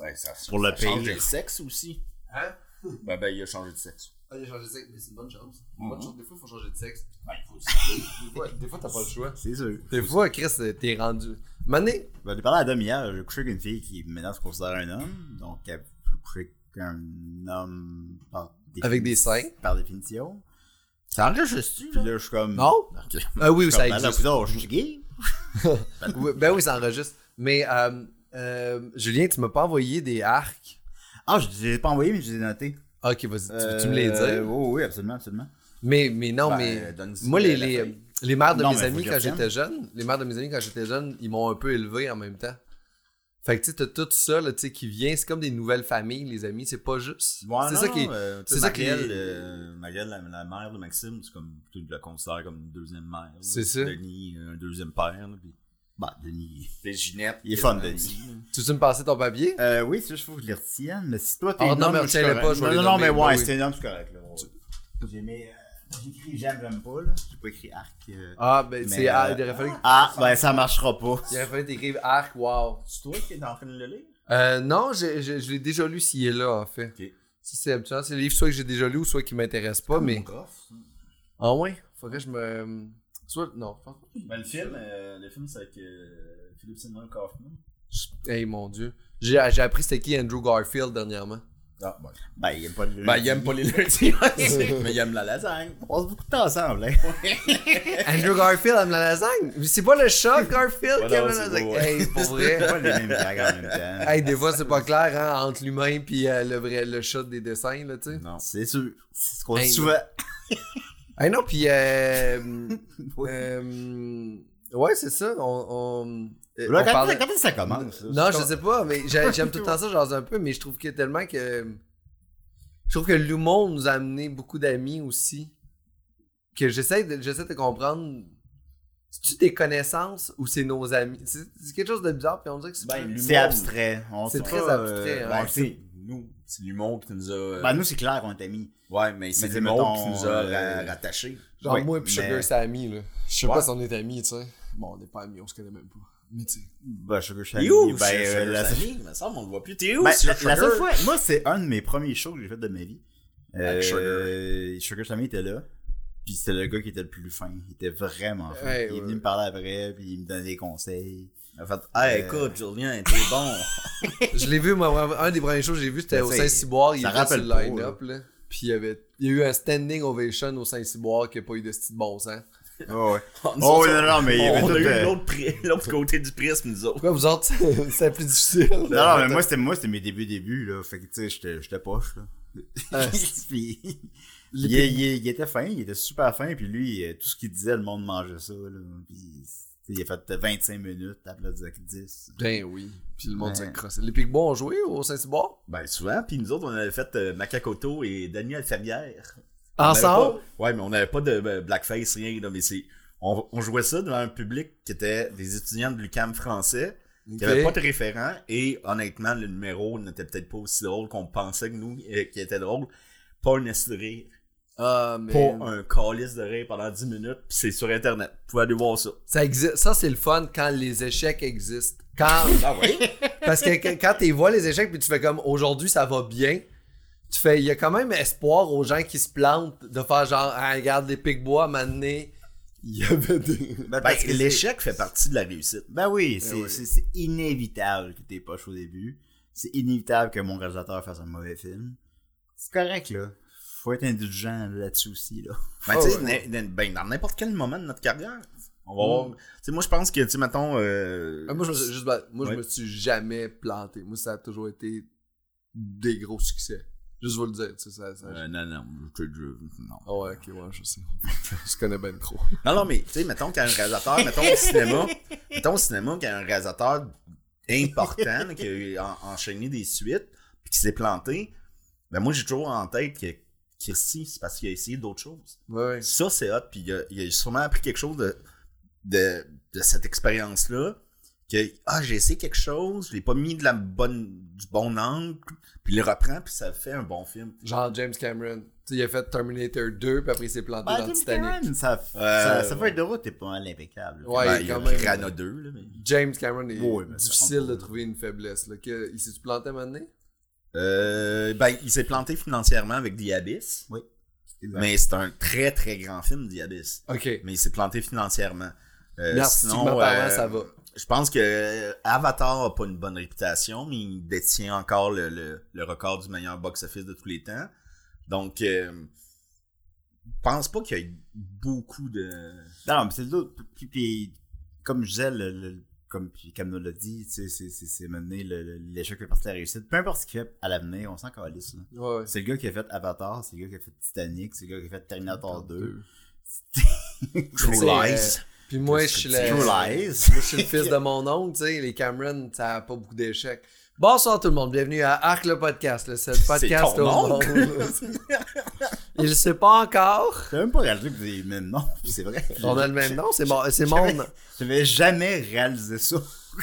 Ben, ça, Pour le ça change pire. de sexe aussi. Hein? Ben, ben, il a changé de sexe. Ah, j'ai changé de sexe, mais c'est une bonne chose. Mhm. Bonne chose, Des fois, il faut changer de sexe. Ben, il faut Des fois, des fois, t'as pas le choix. C'est sûr. Des fois, Chris, t'es rendu. Mané, Ben, j'ai parlé à Adam hier, j'ai couché avec une fille qui maintenant se considère un homme, donc elle peut coucher qu'un homme par définition. avec des seins. Par définition. Ça enregistre-tu? Puis là, je suis comme. Non? Ok. Ah oui, Comme, ça ben, là, existe. putain, je suis gay. Oui, ben oui, ça enregistre. Mais euh, euh, Julien, tu m'as pas envoyé des arcs. Ah, Ah, je les ai pas envoyés, mais je les ai notés. Ok, vas-y, tu, Euh, tu me les dis. Oui, oui, absolument, absolument. Mais, mais non, Ben, mais donne-y moi, les, la les, feuille. les mères de Non, mes mais faut amis que quand je tienne. j'étais jeune, les mères de mes amis quand j'étais jeune, ils m'ont un peu élevé en même temps. Fait que tu sais, t'as tout ça là, tu sais, qui vient, c'est comme des nouvelles familles, les amis, c'est pas juste. Ouais, c'est non, ça qui est- euh, tu c'est sais, ça qui- Marielle, euh, Marielle, la, la mère de Maxime, c'est comme, tu la considères comme une deuxième mère. là. C'est ça. Denis, euh, un deuxième père. Là, puis... Bah, Denis. C'est Ginette. Il est fun, Euh, Denis. Tu veux me passer ton papier? Euh, oui, c'est juste faut que je les retienne, mais si toi t'es Ah, un non, homme, mais je suis retiens-les correct. pas, je vais Non, les non, non, mais nommer, ouais, oui. c'est un homme, c'est correct. Là. J'ai mis, euh, j'ai écrit j'aime, j'aime pas, là. J'ai pas écrit arc. euh. Ah, ben Mais, c'est euh, ah, il aurait fallu que Ah, ben ça marchera pas. il aurait fallu que t'écrives arc, wow. C'est toi qui es en train de le lire? Euh, non, j'ai- j'ai- je l'ai déjà lu s'il est là, en fait. Ok. Ça, c'est habituel. C'est les livres soit que j'ai déjà lu ou soit qui m'intéressent pas, mais. Ah ouais? Faudrait que je me. Soit. Non, je pense pas. Ben, le film, euh, le film, c'est avec euh, Philippe Simon Kaufman. Je- Hey mon dieu. J'ai j'ai appris c'était qui Andrew Garfield dernièrement. Ah, bon. Ben, il aime pas le Ben, il aime pas les lundis. mais il aime la lasagne. On passe beaucoup de temps ensemble, hein. Andrew Garfield aime la lasagne. Mais C'est pas le chat Garfield Ouais, qui aime non, la c'est lasagne. beau, ouais. Hey, pour C'est vrai. pas les mêmes blagues en même temps. Hey, des fois c'est pas clair hein, entre l'humain puis euh, le vrai le chat des dessins là, tu sais. Non. C'est sûr. C'est ce qu'on Hey, dit souvent. Hey non, puis euh, euh, ouais, c'est ça, on on, euh, Là, on quand, parlait- quand est-ce que ça commence? ça? Non, je sais pas, mais j'ai- j'aime tout le temps ça, genre un peu, mais je trouve que tellement que. Je trouve que l'humour nous a amené beaucoup d'amis aussi. Que j'essaie de, j'essaie de comprendre. C'est-tu des connaissances ou c'est nos amis? C'est, c'est quelque chose de bizarre, puis on dirait que c'est. Ben, plus- l'humour. C'est abstrait. On C'est sait très pas, euh, abstrait, hein. ben, Ben, c'est nous. C'est l'humour qui nous a. euh, Ben, nous, c'est clair, on est amis. ouais, mais c'est mais l'humour mettons, qui nous a euh, ra- rattachés. genre, oui, moi et puis mais- Sugar, c'est amis, là. Je sais Ouais. pas si on est amis, tu sais. Bon, on n'est pas amis, on se connaît même pas. Mais tu sais. Ben, Sugar Shaggy, T'es où, ben, Sugar euh, la, Sammy? Il me semble, on le voit plus. T'es où, ben, Sugar la seule Sugar? fois, moi, c'est un de mes premiers shows que j'ai fait de ma vie. Avec Sugar. Euh, Sugar Sammy était là. Puis c'était le gars qui était le plus fin. Il était vraiment fin. Ouais, il est venu ouais. me parler après, puis il me donnait des conseils. En fait, Ah, euh, écoute, Julien, t'es bon. Je l'ai vu, moi, un des premiers shows que j'ai vu, c'était Ben, au tu sais, Saint-Cyboire, il ça était sur rappelle le pas, line-up, là. Puis il y avait. Il y a eu un standing ovation au Saint-Cyboire qui n'a pas eu de style bon sens. ouais, ouais. Oh, Oh, non, non, mais il y avait on tout, a eu euh, l'autre pri- l'autre côté du prisme, nous autres. Pourquoi vous autres, c'est plus difficile? Non, non, mais moi, c'était moi, c'était mes débuts, débuts, là. Fait que, tu sais, j'étais- j'étais poche, là. Puis, il, il- il était fin, il était super fin, puis lui, euh, tout ce qu'il disait, le monde mangeait ça, là. Puis, tu sais, il a fait 25 minutes, t'applaudis avec 10. Ben oui. Puis le monde Ben. s'est crossé. Les Pigbois ont joué au Saint-Cyboire? Ben, souvent. Puis nous autres, on avait fait euh, Macacoto et Daniel Ferrière. Ensemble? Ouais, mais on n'avait pas de euh, blackface, rien. Là, mais c'est, on, on jouait ça devant un public qui était des étudiants de l'UCAM français, qui Ok. n'avaient pas de référent. Et honnêtement, le numéro n'était peut-être pas aussi drôle qu'on pensait que nous, euh, qui était drôle. Pas un esti de rire. Ah, mais. Pas un calice de rire pendant 10 minutes. Puis c'est sur Internet. Vous pouvez aller voir ça. Ça, existe. ça c'est le fun quand les échecs existent. Quand... Ah ouais? Parce que que- quand tu vois les échecs, puis tu fais comme aujourd'hui, ça va bien. Tu fais, il y a quand même espoir aux gens qui se plantent de faire genre, ah, regarde les Pigbois, à un moment donné, il y avait des. ben, l'échec fait partie de la réussite. Ben oui, c'est oui. c'est- c'est inévitable que t'es poche au début. C'est inévitable que mon réalisateur fasse un mauvais film. C'est correct, là. Faut être indulgent là-dessus aussi, là. Ben, Ah tu sais, ouais. Mm. na- na- ben, dans n'importe quel moment de notre carrière, on va voir. Tu sais, moi, je pense que, tu sais, mettons. euh, Ah, moi, je, me suis- juste, ben, moi, je Ouais. me suis jamais planté. Moi, ça a toujours été des gros succès. Juste vous le dire, tu sais, ça. ça- euh, non, non, je- je- non. Ah ouais, ok, ouais, je sais. je connais ben trop. Non, non, mais, tu sais, mettons qu'il y a un réalisateur, mettons au cinéma, mettons au cinéma qu'il y a un réalisateur important là, qui a en- enchaîné des suites, puis qui s'est planté. Ben, moi, j'ai toujours en tête que Christy, c'est parce qu'il a essayé d'autres choses. Ouais, ouais. Ça, c'est hot. Puis il a, il a sûrement appris quelque chose de, de, de cette expérience-là que ah j'ai essayé quelque chose, je l'ai pas mis de la bonne du bon angle, puis il le reprend puis ça fait un bon film. Genre James Cameron. Tu sais, il a fait Terminator 2, puis après il s'est planté Ben, dans James Titanic. Cameron, ça, ça, Euh, ça fait ouais. de route, t'es pas mal impeccable. là. Ouais, Ben, il y a quand même. euh, Piranha 2 là, mais... James Cameron est Oui, mais ça difficile compte pas. de trouver une faiblesse. Là, que, il s'est planté à un moment donné? Euh, ben, il s'est planté financièrement avec The Abyss, Exact. mais c'est un très très grand film The Abyss, Ok. mais il s'est planté financièrement. Euh, Merci, sinon, ma parent, euh, ça va. Je pense que euh, Avatar a pas une bonne réputation, mais il détient encore le, le- le record du meilleur box-office de tous les temps. Donc, euh, je pense pas qu'il y ait beaucoup de... Non, mais c'est l'autre. Puis, puis, comme je disais, le, le- comme puis Camino l'a dit, tu sais, c'est- c'est c'est mener le- le- l'échec fait partie de la réussite. Peu importe ce qu'il fait à l'avenir, on s'en calisse. là. Ouais, ouais. C'est le gars qui a fait Avatar, c'est le gars qui a fait Titanic, c'est le gars qui a fait Terminator 2. True C'est, euh, Lies. Puis moi, je suis le... True Moi, Lies. je suis le fils de mon oncle, tu sais, les Cameron, ça a pas beaucoup d'échecs. Bonsoir tout le monde, bienvenue à Arc le podcast, le seul podcast ton au oncle? monde. Il le sait pas encore. T'as même pas réalisé que vous avez le même nom, puis c'est vrai. On a le même nom, c'est mon, c'est J'avais- mon. J'avais jamais réalisé ça.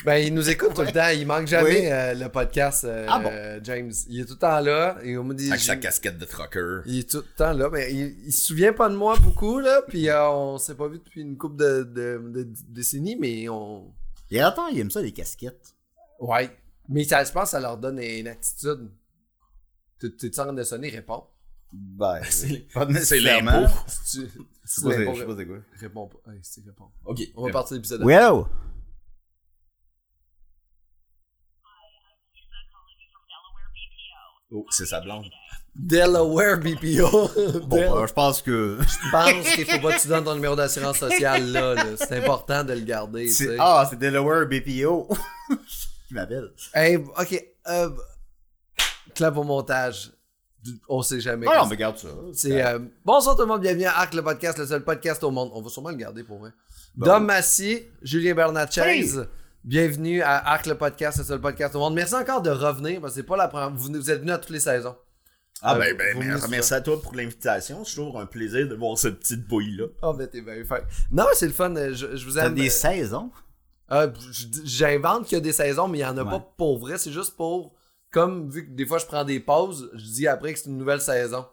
Ben, il nous écoute tout le temps. Il manque jamais Oui. euh, le podcast, euh, Ah bon? James. Il est tout le temps là. Et on me dit, Avec sa casquette de trucker. il est tout le temps là. Mais il, il se souvient pas de moi beaucoup, là. Puis euh, on s'est pas vu depuis une couple de, de- de- de décennies, mais on. Il y a longtemps, il aime ça, les casquettes. Ouais. Mais ça, je pense que ça leur donne une attitude. T'es- T'es-tu en train de sonner? Réponds. Ben, C'est- pas C'est nécessairement. l'impôt. Si tu- Je sais si tu pas c'est- réponds, je sais pas c'est quoi. réponds pas. Ouais, si tu réponds. OK. On va partir de l'épisode. Oui, allô? Oh, c'est sa blonde. Delaware BPO. Bon, Del- ben, je pense que. pense qu'il faut pas que tu donnes ton numéro d'assurance sociale là. là. C'est important de le garder. tu c'est- sais. Ah, c'est Delaware BPO. Qui m'appelle. Hey, ok. Euh, clap au montage. Du- On sait jamais. Ah quand non, mais regarde ça. Ben, c'est. C'est, euh, bonsoir tout le monde, bienvenue à Arc le podcast, le seul podcast au monde. On va sûrement le garder pour vrai. Bon. Dom Massy, Julien Bernatchez. Hey. Bienvenue à Arc le podcast, le seul podcast au monde. Merci encore de revenir parce que c'est pas la première. Vous, vous êtes venus à toutes les saisons. Ah, Euh, ben, ben, vous mais venez merci à toi pour l'invitation. C'est toujours un plaisir de voir cette petite bouille-là. Oh, ben t'es bien fin. Non, c'est le fun. euh, Je, je vous T'as aime. des euh, saisons? Euh, je dis- J'invente qu'il y a des saisons, mais il n'y en a Ouais. pas pour vrai. C'est juste pour. Comme vu que des fois je prends des pauses, je dis après que c'est une nouvelle saison.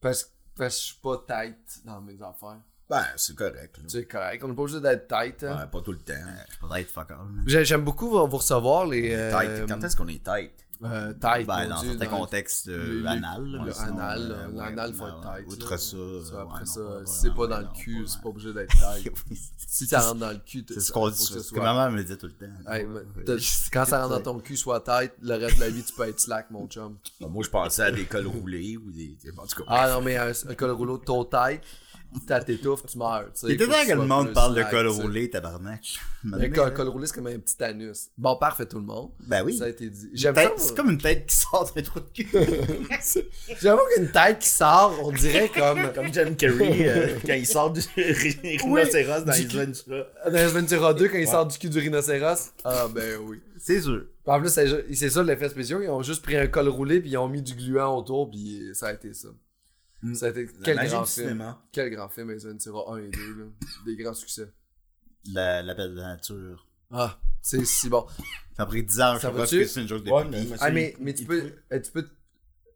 Parce, parce que je suis pas tête dans mes affaires. Ben, c'est correct. là. C'est correct, on n'est pas obligé d'être tête. hein. Ouais, pas tout le temps. Je peux être fuck all. J'ai- J'aime beaucoup vous vous recevoir les. Euh, Tight. Quand est-ce qu'on est tight? euh, tight, Ben, mon dans Dieu, certains dans- contextes les- euh, les- anal. le mais sinon, anal, euh, là, ouais, l'anal, faut ouais, être ouais. tête. Outre là. ça. Ça, euh, Après ouais, ça, non, pas si c'est pas vraiment, dans non, le cul, c'est pas vraiment. obligé d'être tête. si ça rentre dans le cul, C'est ce qu'on dit. faut que C'est ce ce que soit- ma mère me disait tout le temps. Hey, mais Ouais. t'as- quand ça rentre dans ton cul, soit tête, le reste de la vie, tu peux être slack, mon chum. Ben, moi, je pensais à des cols roulés ou des. En tout cas. Ah non, mais un, un col roulé de taux tête, t'as t'étouffes, tu meurs. tu sais. Il était Faut temps tu que le sois monde plus parle de slack, col tu sais. roulé, tabarnak. Le col, col roulé, c'est comme un petit anus. Bon, parfait, tout le monde. Ben oui. Ça a été dit. J'aime ça. Tête- C'est comme une tête qui sort d'un trou de cul. J'avoue qu'une tête qui sort, on dirait comme. Comme Jim Carrey, euh, quand il sort du rhinocéros dans du- les Ventura. Dans Ventura 2, quand il sort du cul du rhinocéros. Ah, ben oui. C'est sûr. En plus, c'est c'est ça l'effet spécial. Ils ont juste pris un col roulé, puis ils ont mis du gluant autour, puis ça a été ça. Mm. Ça a été. La Quel magie grand du film. cinéma. Quel grand film, Les Ventura 1 et 2, là. Des grands succès. La la belle nature. Ah, c'est si bon. Ça a pris 10 ans, je Ça sais pas va-tu? que c'est une joke de Ouais, pipi. mais- Ah, mais, mais tu peux. euh, Tu peux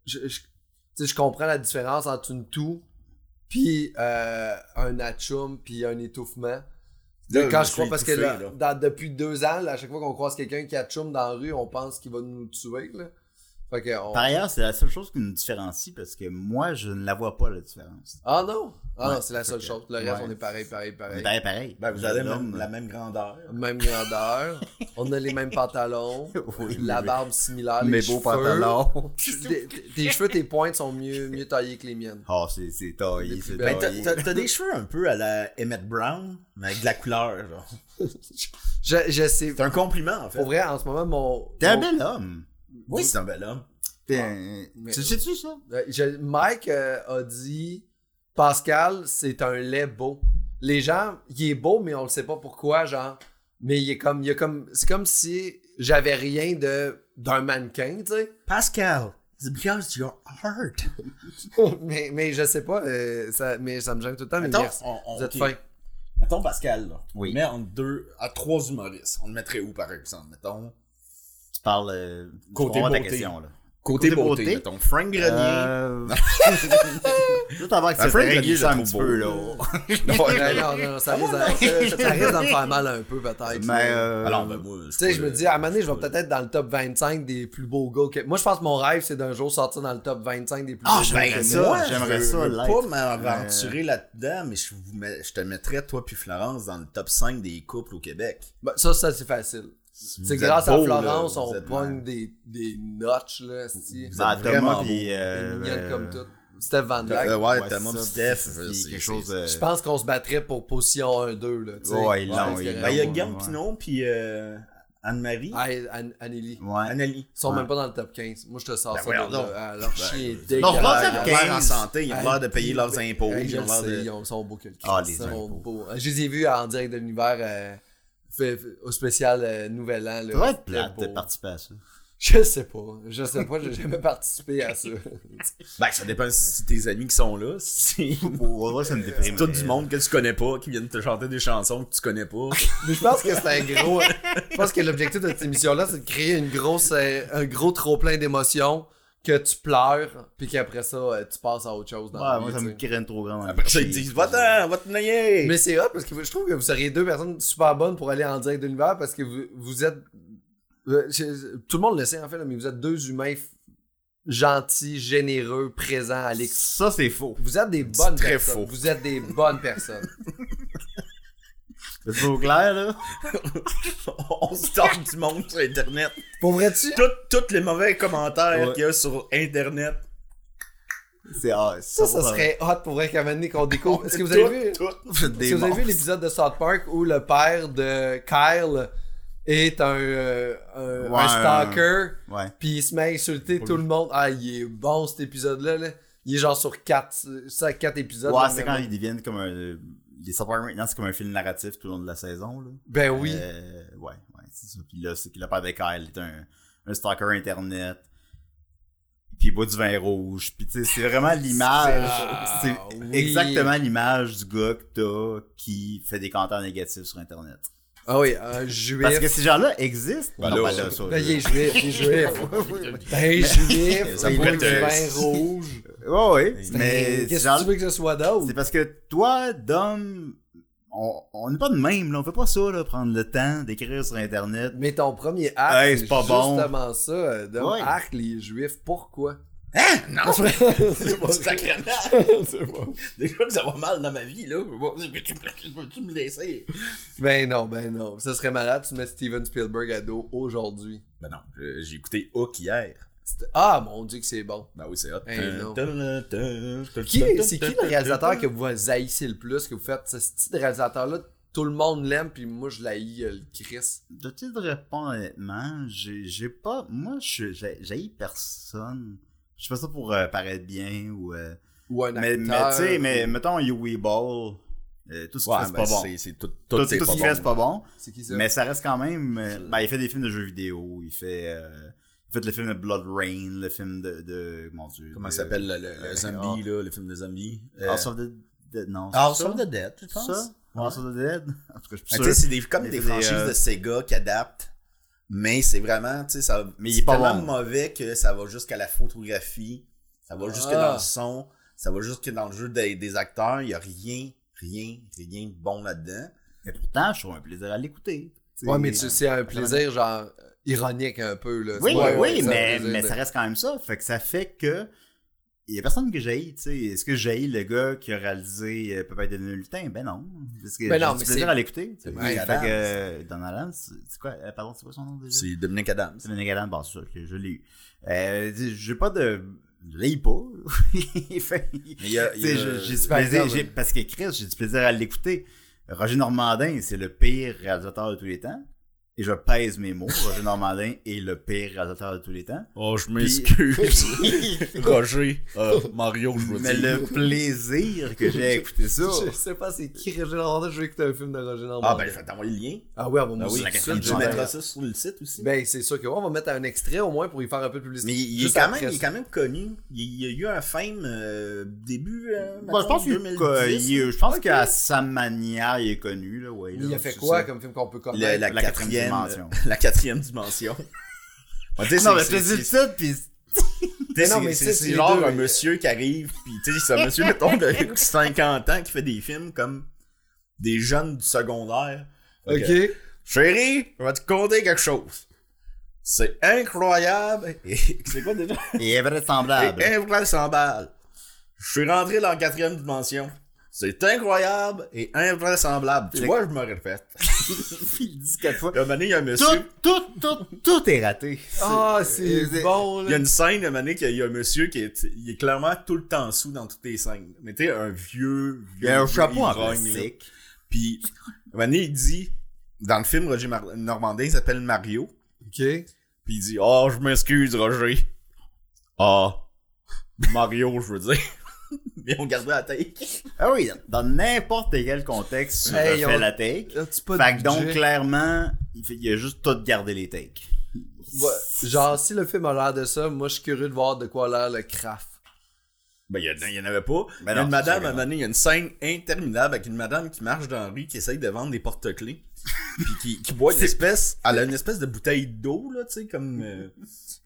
je, je- tu sais, je comprends la différence entre une toux, puis euh, un atchoum, puis un étouffement. Là, quand je je crois, suis parce que étouffé, là, dans- depuis deux ans, là, à chaque fois qu'on croise quelqu'un qui atchoum dans la rue, on pense qu'il va nous tuer. Là. Fait que on- Par ailleurs, c'est la seule chose qui nous différencie parce que moi, je ne la vois pas la différence. Ah non! Ah Ouais, non, c'est la seule que- chose. Le reste, ouais. on est pareil, pareil, pareil. C'est pareil, pareil. Ben, vous Ben avez L'homme, même- la même grandeur. Même grandeur, on a les mêmes pantalons, Oui, la mais- barbe similaire, les Mes cheveux. beaux pantalons. Tes, tes- tes cheveux, tes pointes sont mieux, mieux taillés que les miennes. Ah, c'est c'est Les taillé, plus c'est belles. Ben, t'as- taillé. t'as t'as des cheveux un peu à la Emmett Brown, mais avec de la couleur. genre. Je, je sais. C'est un compliment, en fait. Pour vrai, en ce moment, mon. T'es un mon- bel homme. Oui, c'est un bel homme. T'es Ah, un- mais- Ben, Tu sais-tu ça? Euh, je- Mike euh, a dit Pascal, c'est un lait beau. Les gens, il est beau, mais on le sait pas pourquoi, genre. Mais il est comme. Il est comme c'est comme si j'avais rien de d'un mannequin, tu sais. Pascal, it's because your heart. mais, mais je sais pas, euh, ça, mais ça me gêne tout le temps. Mais Attends, merci. on, on, Vous êtes ok. fin. Mettons Pascal, là. Oui. Mais entre deux, à trois humoristes. On le mettrait où, par exemple? Mettons, Tu parles. euh, tu Côté comprends ta beauté. question, là. côté, Côté beauté, beauté. Mettons, Frank Grenier. Euh... Juste avant que Ben, ça se Frank Grenier, régule je un trouve petit beau. peu, là. Non, Non, Euh, non, non, ça risque, d'en- ça- ça risque d'en faire mal un peu, peut-être. Mais. là. euh, Alors, ben, moi, Tu sais, je me dis, à un moment donné, je vais peut-être être dans le top 25 des plus beaux gars. que- Moi, je pense que mon rêve, c'est d'un jour sortir dans le top 25 des plus Ah, beaux gars. j'aimerais Ben, ça, moi, j'aimerais je ça Euh, veux l'être. pas m'aventurer là-dedans, mais je, vous mets- je te mettrais, toi puis Florence, dans le top 5 des couples au Québec. Ben, ça, ça, c'est facile. C'est êtes grâce à beau, Florence, là, vous on êtes pogne des, des notches, là, si. Vous êtes Ben, vraiment Thomas, puis. euh, euh, comme tout. Steph Van Dyke. Euh, ouais, ouais, Thomas ça, pis c'est- Steph, c'est- c'est c'est quelque chose de. Je pense qu'on se battrait pour position 1-2, là, tu sais. Ouais, ils Je l'ont, pense ils que- Ben, il y a Ouais, Guillaume ouais. Pinot puis euh, Anne-Marie. Ah, et An- Anneli. Ouais. Annelie. Ils sont Ouais. même pas dans le top 15. Moi, je te sors Ben, ça. de voyons donc. là. Ah, leur chien est Non, Ils ont regarde, dégueulasse. l'air- top ils ont l'air 15. en santé, ils ont l'air de payer leurs impôts. Hey, ils je ont le l'air sais, de- ils ont- sont beaux que le Ah, Christ, les ils sont impôts. beaux. Euh, Je les ai vus en direct de l'univers euh, fait- fait- au spécial euh, Nouvel Ça An. là. doit être C'était plate de beau. participer à ça. Je sais pas. Je sais pas, j'ai jamais participé à ça. Ben, ça dépend si tes amis qui sont là. Si... Pour vrai, ça me déprime. C'est tout du monde que tu connais pas, qui viennent te chanter des chansons que tu connais pas. Mais je pense que c'est un gros. Je pense que l'objectif de cette émission-là, c'est de créer une grosse, euh, un gros trop-plein d'émotions, que tu pleures, puis qu'après ça, euh, tu passes à autre chose dans la Ouais, moi, vie, ça me tu sais. crée trop grand. dans Ah, ben, le Après ça, ben, ils te pied. disent Va-t'en, va te nayer Mais c'est hot parce que je trouve que vous seriez deux personnes super bonnes pour aller en direct de l'univers parce que vous, vous êtes. euh, je- Tout le monde le sait en fait, là, mais vous êtes deux humains f- gentils, généreux, présents à l'écoute. Ça, c'est faux. Vous êtes des bonnes très personnes. faux. Vous êtes des bonnes personnes. C'est au clair, là. On se torche du monde sur Internet. Pour vrai-tu? Tout- Tous les mauvais commentaires Ouais. qu'il y a sur Internet. C'est ah, Ça, ça serait hot pour vrai qu'à un moment donné qu'on découvre. Est-ce que vous Tout, avez vu? tout. des Si vous avez vu monstres. l'épisode de South Park où le père de Kyle est un, euh, un, Ouais, un stalker, Ouais. puis il se met à insulter Pour tout lui. le monde. Ah, il est bon cet épisode-là. là. Il est genre sur 4, quatre épisodes. Ouais, là, c'est vraiment. quand ils deviennent comme un. euh, Les South Park maintenant, c'est comme un film narratif tout au long de la saison, là. Ben oui. Euh, ouais, ouais, c'est ça. Puis là, c'est que le père de Kyle est un, un stalker internet. Puis il boit du vin rouge. Puis tu sais, c'est vraiment l'image. Ah, C'est oui. exactement l'image du gars que t'as qui fait des commentaires négatifs sur internet. Ah oui, un juif. Parce que ces gens-là existent. Ben Non, là, ben là, ça, Ben, je- il est juif, il est juif. ben, il est juif, Ça il pourrait boit du être- vin rouge. Ouais, ouais. Mais Mais ces qu'est-ce que tu gens-là- veux que ce soit d'autre? c'est parce que toi, Dom, on on n'est pas de même. Là. On fait pas ça, là, prendre le temps d'écrire sur internet. Mais ton premier acte, Hey, c'est c'est pas bon. justement ça. euh, De Ouais. Arc, les juifs, pourquoi? Hein? Non! c'est C'est pas sacrément! pas- Déjà que ça va mal dans ma vie, là. Bon, Peux-tu peux-tu me laisser? Ben non, ben non. Ça serait malade, tu mets Steven Spielberg à dos aujourd'hui. Ben non, euh, j'ai écouté Hook hier. C'était- Ah mon dieu que c'est bon. Ben oui, c'est hot. Hey, Euh, non. Qui est- c'est C'est qui le réalisateur que vous haïssez le plus, que vous faites? Ce style de réalisateur-là, tout le monde l'aime, puis moi je l'haïs, euh, le Chris. De tu te répondre honnêtement, j'ai j'ai pas. Moi, je- j'ai j'ai personne. Je fais ça pour euh, paraître bien ou. euh, Ou un mais mais acteur. tu sais, mais mettons Yui Ball, euh, tout ce qu'il Ouais, fait, c'est ben pas bon. c'est- c'est tout. Tout, Tout, c'est tout pas ce qu'il fait, c'est bon. pas bon. C'est qui ça? Mais ça reste quand même. euh, ben, il fait des films de jeux vidéo. Il fait. euh, il fait le film de Blood Rain, le film de. de mon dieu. Comment de- ça s'appelle le- le le euh, zombie, là, le film de zombie? Euh, House of the Dead. Non. c'est House ça? of the Dead, tu C'est ça? penses? House of the Dead? En tout cas, je suis Ah, sûr. tu sais, c'est des- comme Mais des c'est des, franchises euh, de Sega qui adaptent, mais c'est vraiment, tu sais, ça, Mais il c'est est pas tellement bon. mauvais que ça va jusqu'à la photographie, ça va jusque Ah. dans le son, ça va jusque dans le jeu des, des acteurs, il y a rien, rien, rien de bon là-dedans. Mais pourtant, je trouve un plaisir à l'écouter. Ouais, mais tu- sais. Euh, c'est un plaisir genre ironique un peu. Là. Oui, C'est pas- oui, ouais, c'est un mais, plaisir mais de- ça reste quand même ça. Fait que ça fait que. Il y a personne que j'aille, tu sais. Est-ce que j'aille le gars qui a réalisé euh, Papa devenu le lutin Ben non. Parce que Ben non, j'ai du mais c'est- plaisir à l'écouter. tu sais. c'est Fait Mike que Adams. euh, Donald Adams, c'est c'est quoi euh, Pardon, c'est quoi son nom déjà C'est Dominique Adams. C'est Donald Adams, bon, c'est ça, je, je l'ai eu. Euh, j'ai pas de. Je l'ai pas. fait, Mais il y a- il y a- tu sais, je- j'ai du Par plaisir, exemple, Ben, j'ai- euh, parce que Chris, j'ai du plaisir à l'écouter. Roger Normandin, c'est le pire réalisateur de tous les temps. et je pèse mes mots, Roger Normandin est le pire réalisateur de tous les temps. Oh, je m'excuse. Puis- Roger, euh, Mario, je veux Mais dire. le plaisir que j'ai à écouter ça. Je sais pas c'est qui Roger Normandin, je veux écouter un film de Roger Normandin. Ah, ben, je vais t'envoyer le lien. Ah oui, on va me Ah oui, tout de suite, tu je vais- mettras ça sur le site aussi. Ben, c'est sûr que ouais, on va mettre un extrait au moins pour y faire un peu de publicité. Mais il, il est Juste quand après même, il est ça. quand même connu. Il, il y a eu un fame euh, début. euh, Moi, je Bah, mettons, 2010. pense que- que- il- je pense Ok. qu'à sa manière, il est connu. Là, ouais, Il là, a fait c'est quoi ça. comme film qu'on peut Le- connaître la, La quatrième quatrième dimension. dimension. La quatrième dimension. On va dire, Non, mais c'est- je te dis c'est- le titre, Tu puis sais, Mais non, mais c'est- ça, c'est c'est c'est les genre deux, euh, un mais- monsieur qui arrive, puis tu sais, c'est un monsieur, mettons, de 50 ans qui fait des films comme des jeunes du secondaire. Fait que, Ok. Chérie, je vais te conter quelque chose. C'est incroyable. et- C'est quoi déjà? il est vraisemblable. Et invraisemblable. Je suis rentré dans la quatrième dimension. C'est incroyable et invraisemblable. Tu C'est- vois, je me répète. il le dit quatre fois. Un moment donné, il y a un Tout, monsieur. tout, tout, tout est raté. Ah, c'est c'est- bon, Il y a là. une scène, un moment donné, qu'il y a un monsieur qui est, il est clairement tout le temps sous dans toutes les scènes. Mais tu sais, un vieux, vieux. Il y a un vieux chapeau en ivrogne, là. plastique. Puis, un moment donné, il dit, dans le film, Roger Mar- Normandin, il s'appelle Mario. Ok. Puis il dit, oh, je m'excuse, Roger. Ah, Mario, je veux dire. Mais on gardait la tête. Ah oui, dans n'importe quel contexte, tu Hey, refais on- la take. As-tu pas de Fait que donc, budget? clairement, il, fait- il a juste tout gardé les takes. Ouais. Genre, si le film a l'air de ça, moi, je suis curieux de voir de quoi a l'air le craft. Ben, il y, en- il y en avait pas. Ben il y a non, une c'est madame, sûr à un que non. moment donné, il y a une scène interminable avec une madame qui marche dans la rue, qui essaye de vendre des porte-clés. puis qui, qui boit une espèce, elle a une espèce de bouteille d'eau, là, tu sais, comme, euh,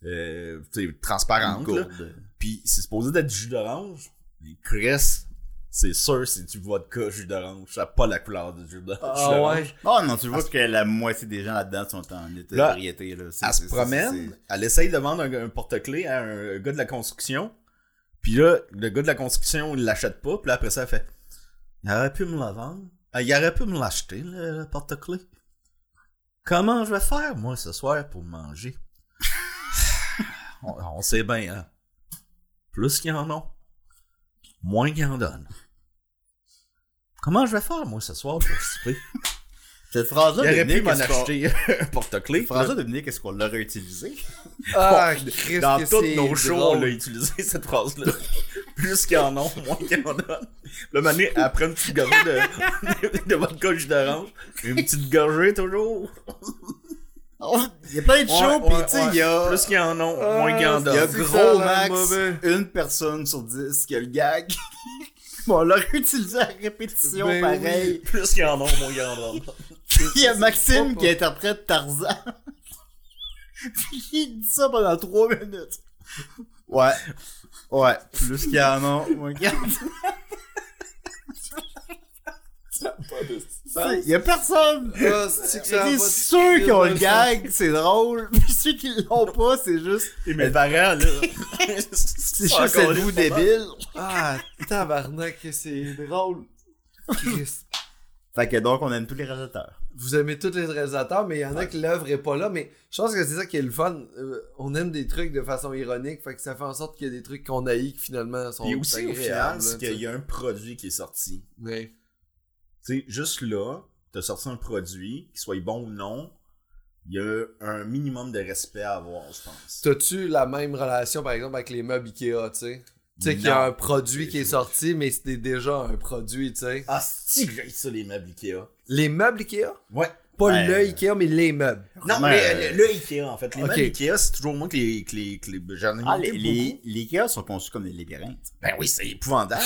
euh, tu sais, transparente, là. Gourde. Puis c'est supposé d'être du jus d'orange. Mais Chris, c'est sûr, c'est du vodka jus d'orange. Ça n'a pas la couleur du jus d'or- jus d'orange. Ah ouais. Oh non, tu vois que la moitié des gens là-dedans sont en état Là, d'ébriété. là. C'est- Elle se c'est- c'est- promène, elle essaye de vendre un, un porte-clés à un gars de la construction. Puis là, le gars de la construction, il l'achète pas. Puis là, après ça, elle fait Il aurait pu me la vendre. Euh, Il aurait pu me l'acheter, le, le porte-clés. Comment je vais faire, moi, ce soir, pour manger On, on sait bien, hein. Plus qu'il y en a, moins qu'il en donne. Comment je vais faire, moi, ce soir, pour souper c'est- Cette phrase-là, Il aurait pu Dominique, m'en est-ce qu'on- acheter un porte-clés. Cette phrase-là, Dominique, est-ce qu'on l'aurait utilisée? Ah, Christ, Dans que tous c'est nos shows, drôle. on l'a utilisé cette phrase-là. Plus qu'il y en a, moins qu'il y en a. Le mané, elle prend une petite gorgée de, de vodka jus d'orange. Une petite gorgée toujours. Oh, Il y a plein de shows, pis tu sais, il y a... Plus qu'il y en a, moins qu'il y en Il y a a. c'est ça, gros la max, mauvaise. une personne sur dix qui a le gag. bon, on l'aurait utilisé à répétition, Ben pareil. Plus qu'il y en a, moins qu'il y en a. Il y a C'est Maxime pas qui interprète Tarzan. Puis il dit ça pendant trois minutes. Ouais. Ouais. Plus qu'il y en a, moins qu'il y en a. C'est- Il y a personne. Ah, c'est que ça a C'est pas de- ceux qui ont le de- gag, c'est drôle. Puis ceux qui l'ont pas, c'est juste. Et mes parents, là. C'est juste êtes vous débile. Ah, tabarnak, que c'est drôle. Christ. Fait que donc, on aime tous les réalisateurs. Vous aimez tous les réalisateurs, mais il y en a que l'œuvre est pas là. Mais je pense que c'est ça qui est le fun. Euh, on aime des trucs de façon ironique, fait que ça fait en sorte qu'il y a des trucs qu'on haït qui finalement sont Et aussi, au final, agréables, c'est là, tu qu'il sais. y a un produit qui est sorti. Ouais. tu sais, juste là, t'as sorti un produit, qu'il soit bon ou non, il y a un minimum de respect à avoir, je pense. T'as-tu la même relation, par exemple, avec les meubles Ikea, tu sais? Tu sais qu'il y a Non. un produit qui est sorti, mais c'était déjà un produit, tu sais. Ah, si que j'ai ça, les meubles Ikea. Les meubles Ikea? Ouais. Pas Ouais. le Ikea, mais les meubles. Non, Ouais. mais euh, le, le Ikea, en fait. Les Ok. meubles Ikea, c'est toujours moins que les. Que les, que les J'en ai Ah, monté les, beaucoup. les, les gars sont conçus comme des labyrinthes. Ben oui, c'est épouvantable.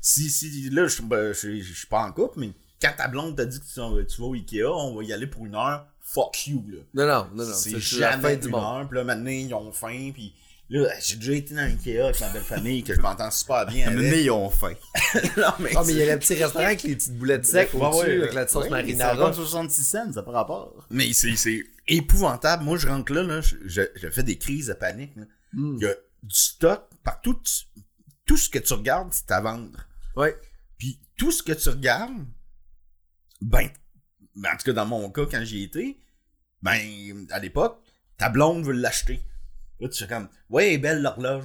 si, si, là, je ben, je- je suis pas en couple, mais quand ta blonde t'a dit que tu, t'en- tu vas au Ikea, on va y aller pour une heure, fuck you, là. Non, non, non, non. c'est juste la fin jamais du une monde. heure, puis là, maintenant, ils ont faim, puis là, j'ai déjà été dans un Ikea avec ma belle famille, que je m'entends super bien avec. Mais ils ont faim. non, mais Ah, mais il y a le petit restaurant avec les petites boulettes secs Ouais, au-dessus, ouais, avec Ah, la sauce Oui, C'est marinara. comme 66 cents, ça par rapport. Mais c'est, c'est épouvantable. Moi, je rentre là, là je, je- je fais des crises de panique. là. Mm. Il y a du stock partout. tu- tout ce que tu regardes, c'est à vendre. Ouais. Puis tout ce que tu regardes, ben, ben, en tout cas, dans mon cas, quand j'y étais, ben, à l'époque, ta blonde veut l'acheter. Là, tu fais comme, ouais, belle l'horloge.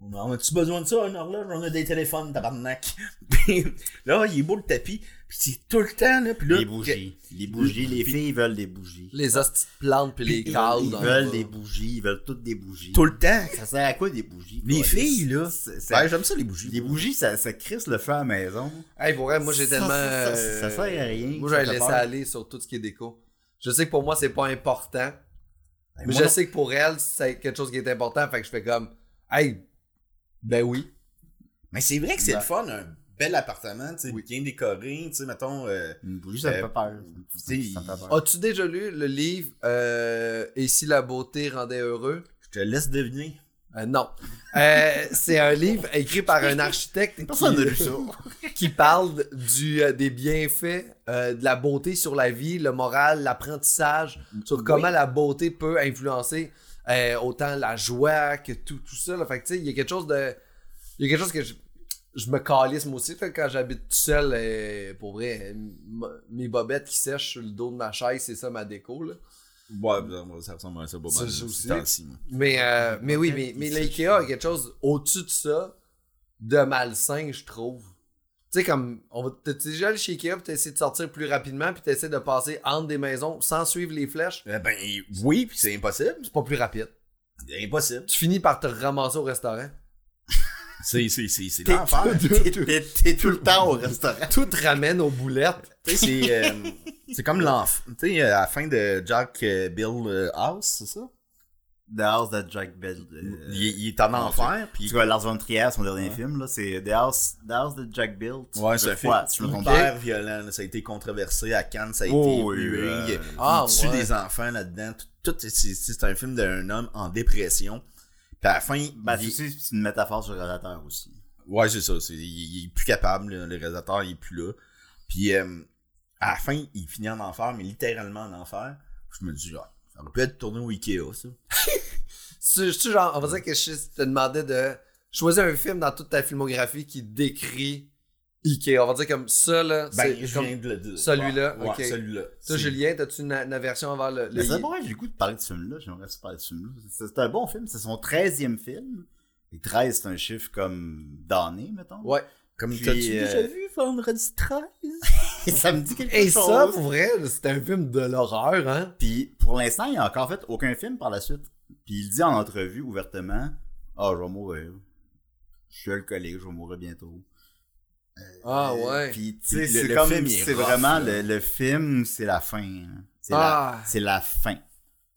On a-tu besoin de ça, une horloge? On a des téléphones, tabarnak. Puis là, il est beau le tapis. Puis c'est tout le temps, là. Puis là, Les bougies. Les bougies, les filles veulent des bougies. Les hosties de plantes puis les Ils cadres. veulent- ils dans veulent le des bas. bougies, ils veulent toutes des bougies. tout le temps. Ça sert à quoi des bougies? Les quoi? filles, là. C'est- c'est- Ben, j'aime ça, les bougies. Les bougies, ça, ça crisse le feu à la maison. Hey, pour vrai, moi j'ai Ça, tellement. ça, ça, euh, ça sert à rien, Moi ça j'avais fait laissé peur. aller sur tout ce qui est déco. Je sais que pour moi c'est pas important. Ben, Mais moi, je non. sais que pour elle c'est quelque chose qui est important. Fait que je fais comme. Hey, ben oui. Mais c'est vrai que c'est Ben. le fun, un bel appartement, tu sais, Oui. bien décoré, tu sais, mettons. euh, Une bougie, ça me Euh, fait peur. tu sais, Ça me fait peur. As-tu déjà lu le livre euh, Et si la beauté rendait heureux je te laisse deviner. Euh, Non. Euh, c'est un livre écrit par un architecte Personne qui- n'a lu ça. qui parle du, euh, des bienfaits euh, de la beauté sur la vie, le moral, l'apprentissage, sur comment la beauté peut influencer euh, autant la joie que tout, tout ça. là. Fait que tu sais, il y a quelque chose de. Il y a quelque chose que je, je me calisse moi aussi. Fait que quand j'habite tout seul, euh, pour vrai, euh, m- mes bobettes qui sèchent sur le dos de ma chaise, c'est ça ma déco. là. Ouais, ben, ça ressemble à ça, pas Ça, mal. je là, sais. ces temps-ci, moi. Mais, euh, mais oui, mais, bobettes mais qui l'IKEA sèchent. a quelque chose au-dessus de ça de malsain, je trouve. Tu sais, comme, on va t'es t'es déjà allé chez Ikea, puis t'essaies de sortir plus rapidement, puis t'essaies de passer entre des maisons sans suivre les flèches. Eh Ben oui, puis c'est impossible. C'est pas plus rapide. C'est impossible. Tu finis par te ramasser au restaurant. C'est c'est- c'est- c'est T'es- l'enfer. t'es- T'es t'es tout le temps au restaurant. Tout te ramène aux boulettes. Tu sais, c'est euh, c'est comme l'enfant. Tu sais, euh, à la fin de Jack euh, Bill euh, House, c'est ça? The House that Jack Bell. euh, il, il est en enfer, Tu puis vois, Lars von Trier, son dernier film, là, c'est The House, The House that Jack Built. Ouais, c'est Je un film crois, si je me trompe pas. hyper violent. là. Ça a été controversé à Cannes, ça a Oh, été oui, hué. euh, il ah, il tue ouais. des enfants là-dedans. Tout, tout- c'est- c'est c'est un film d'un homme en dépression. Puis à la fin, il- Ben, c'est aussi- c'est une métaphore sur le réalisateur aussi. ouais, c'est ça. c'est- il, il est plus capable. là. Le réalisateur, il est plus là. Puis euh, à la fin, il finit en enfer, mais littéralement en enfer. Je me dis, ah, ça aurait pu être tourné au Ikea, ça. Tu, tu genre, on va dire que je te demandais de choisir un film dans toute ta filmographie qui décrit Ikea. On va dire comme ça, là. Ben, c'est je comme- viens de le dire. celui-là, Ouais, ok. ouais, celui-là. Toi, C'est- Julien, t'as-tu une, une aversion envers le. le- Mais c'est vrai, j'ai le goût de parler de ce film-là. J'aimerais ça parler de ce film-là. C'est c'est un bon film. C'est son 13e film. Et 13, c'est un chiffre comme d'année, mettons. Ouais. Comme Puis, t'as-tu euh, déjà vu Vendredi 13? Et ça me dit quelque Et chose. ça, pour vrai, c'est un film de l'horreur, hein? Puis pour l'instant, il a encore fait aucun film par la suite. Puis il dit en entrevue ouvertement Ah, je vais mourir. Je suis alcoolique, je vais mourir bientôt. Ah Euh, ouais. Puis tu sais, Le- c'est le comme film, il est c'est rough, vraiment là. le, le film, c'est la fin. hein. C'est Ah. la, c'est la fin.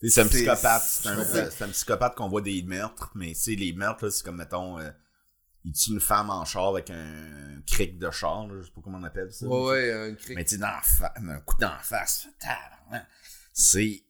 C'est un C'est- psychopathe. C'est un, c'est- c'est un psychopathe qu'on voit des meurtres, mais tu sais, les meurtres, là, c'est comme, mettons, euh, il tue une femme en char avec un cric de char, là, je sais pas comment on appelle ça. Ouais, ouais, un cri. Mais tu sais, d'en fa- un coup d'en face, tabarnak, c'est...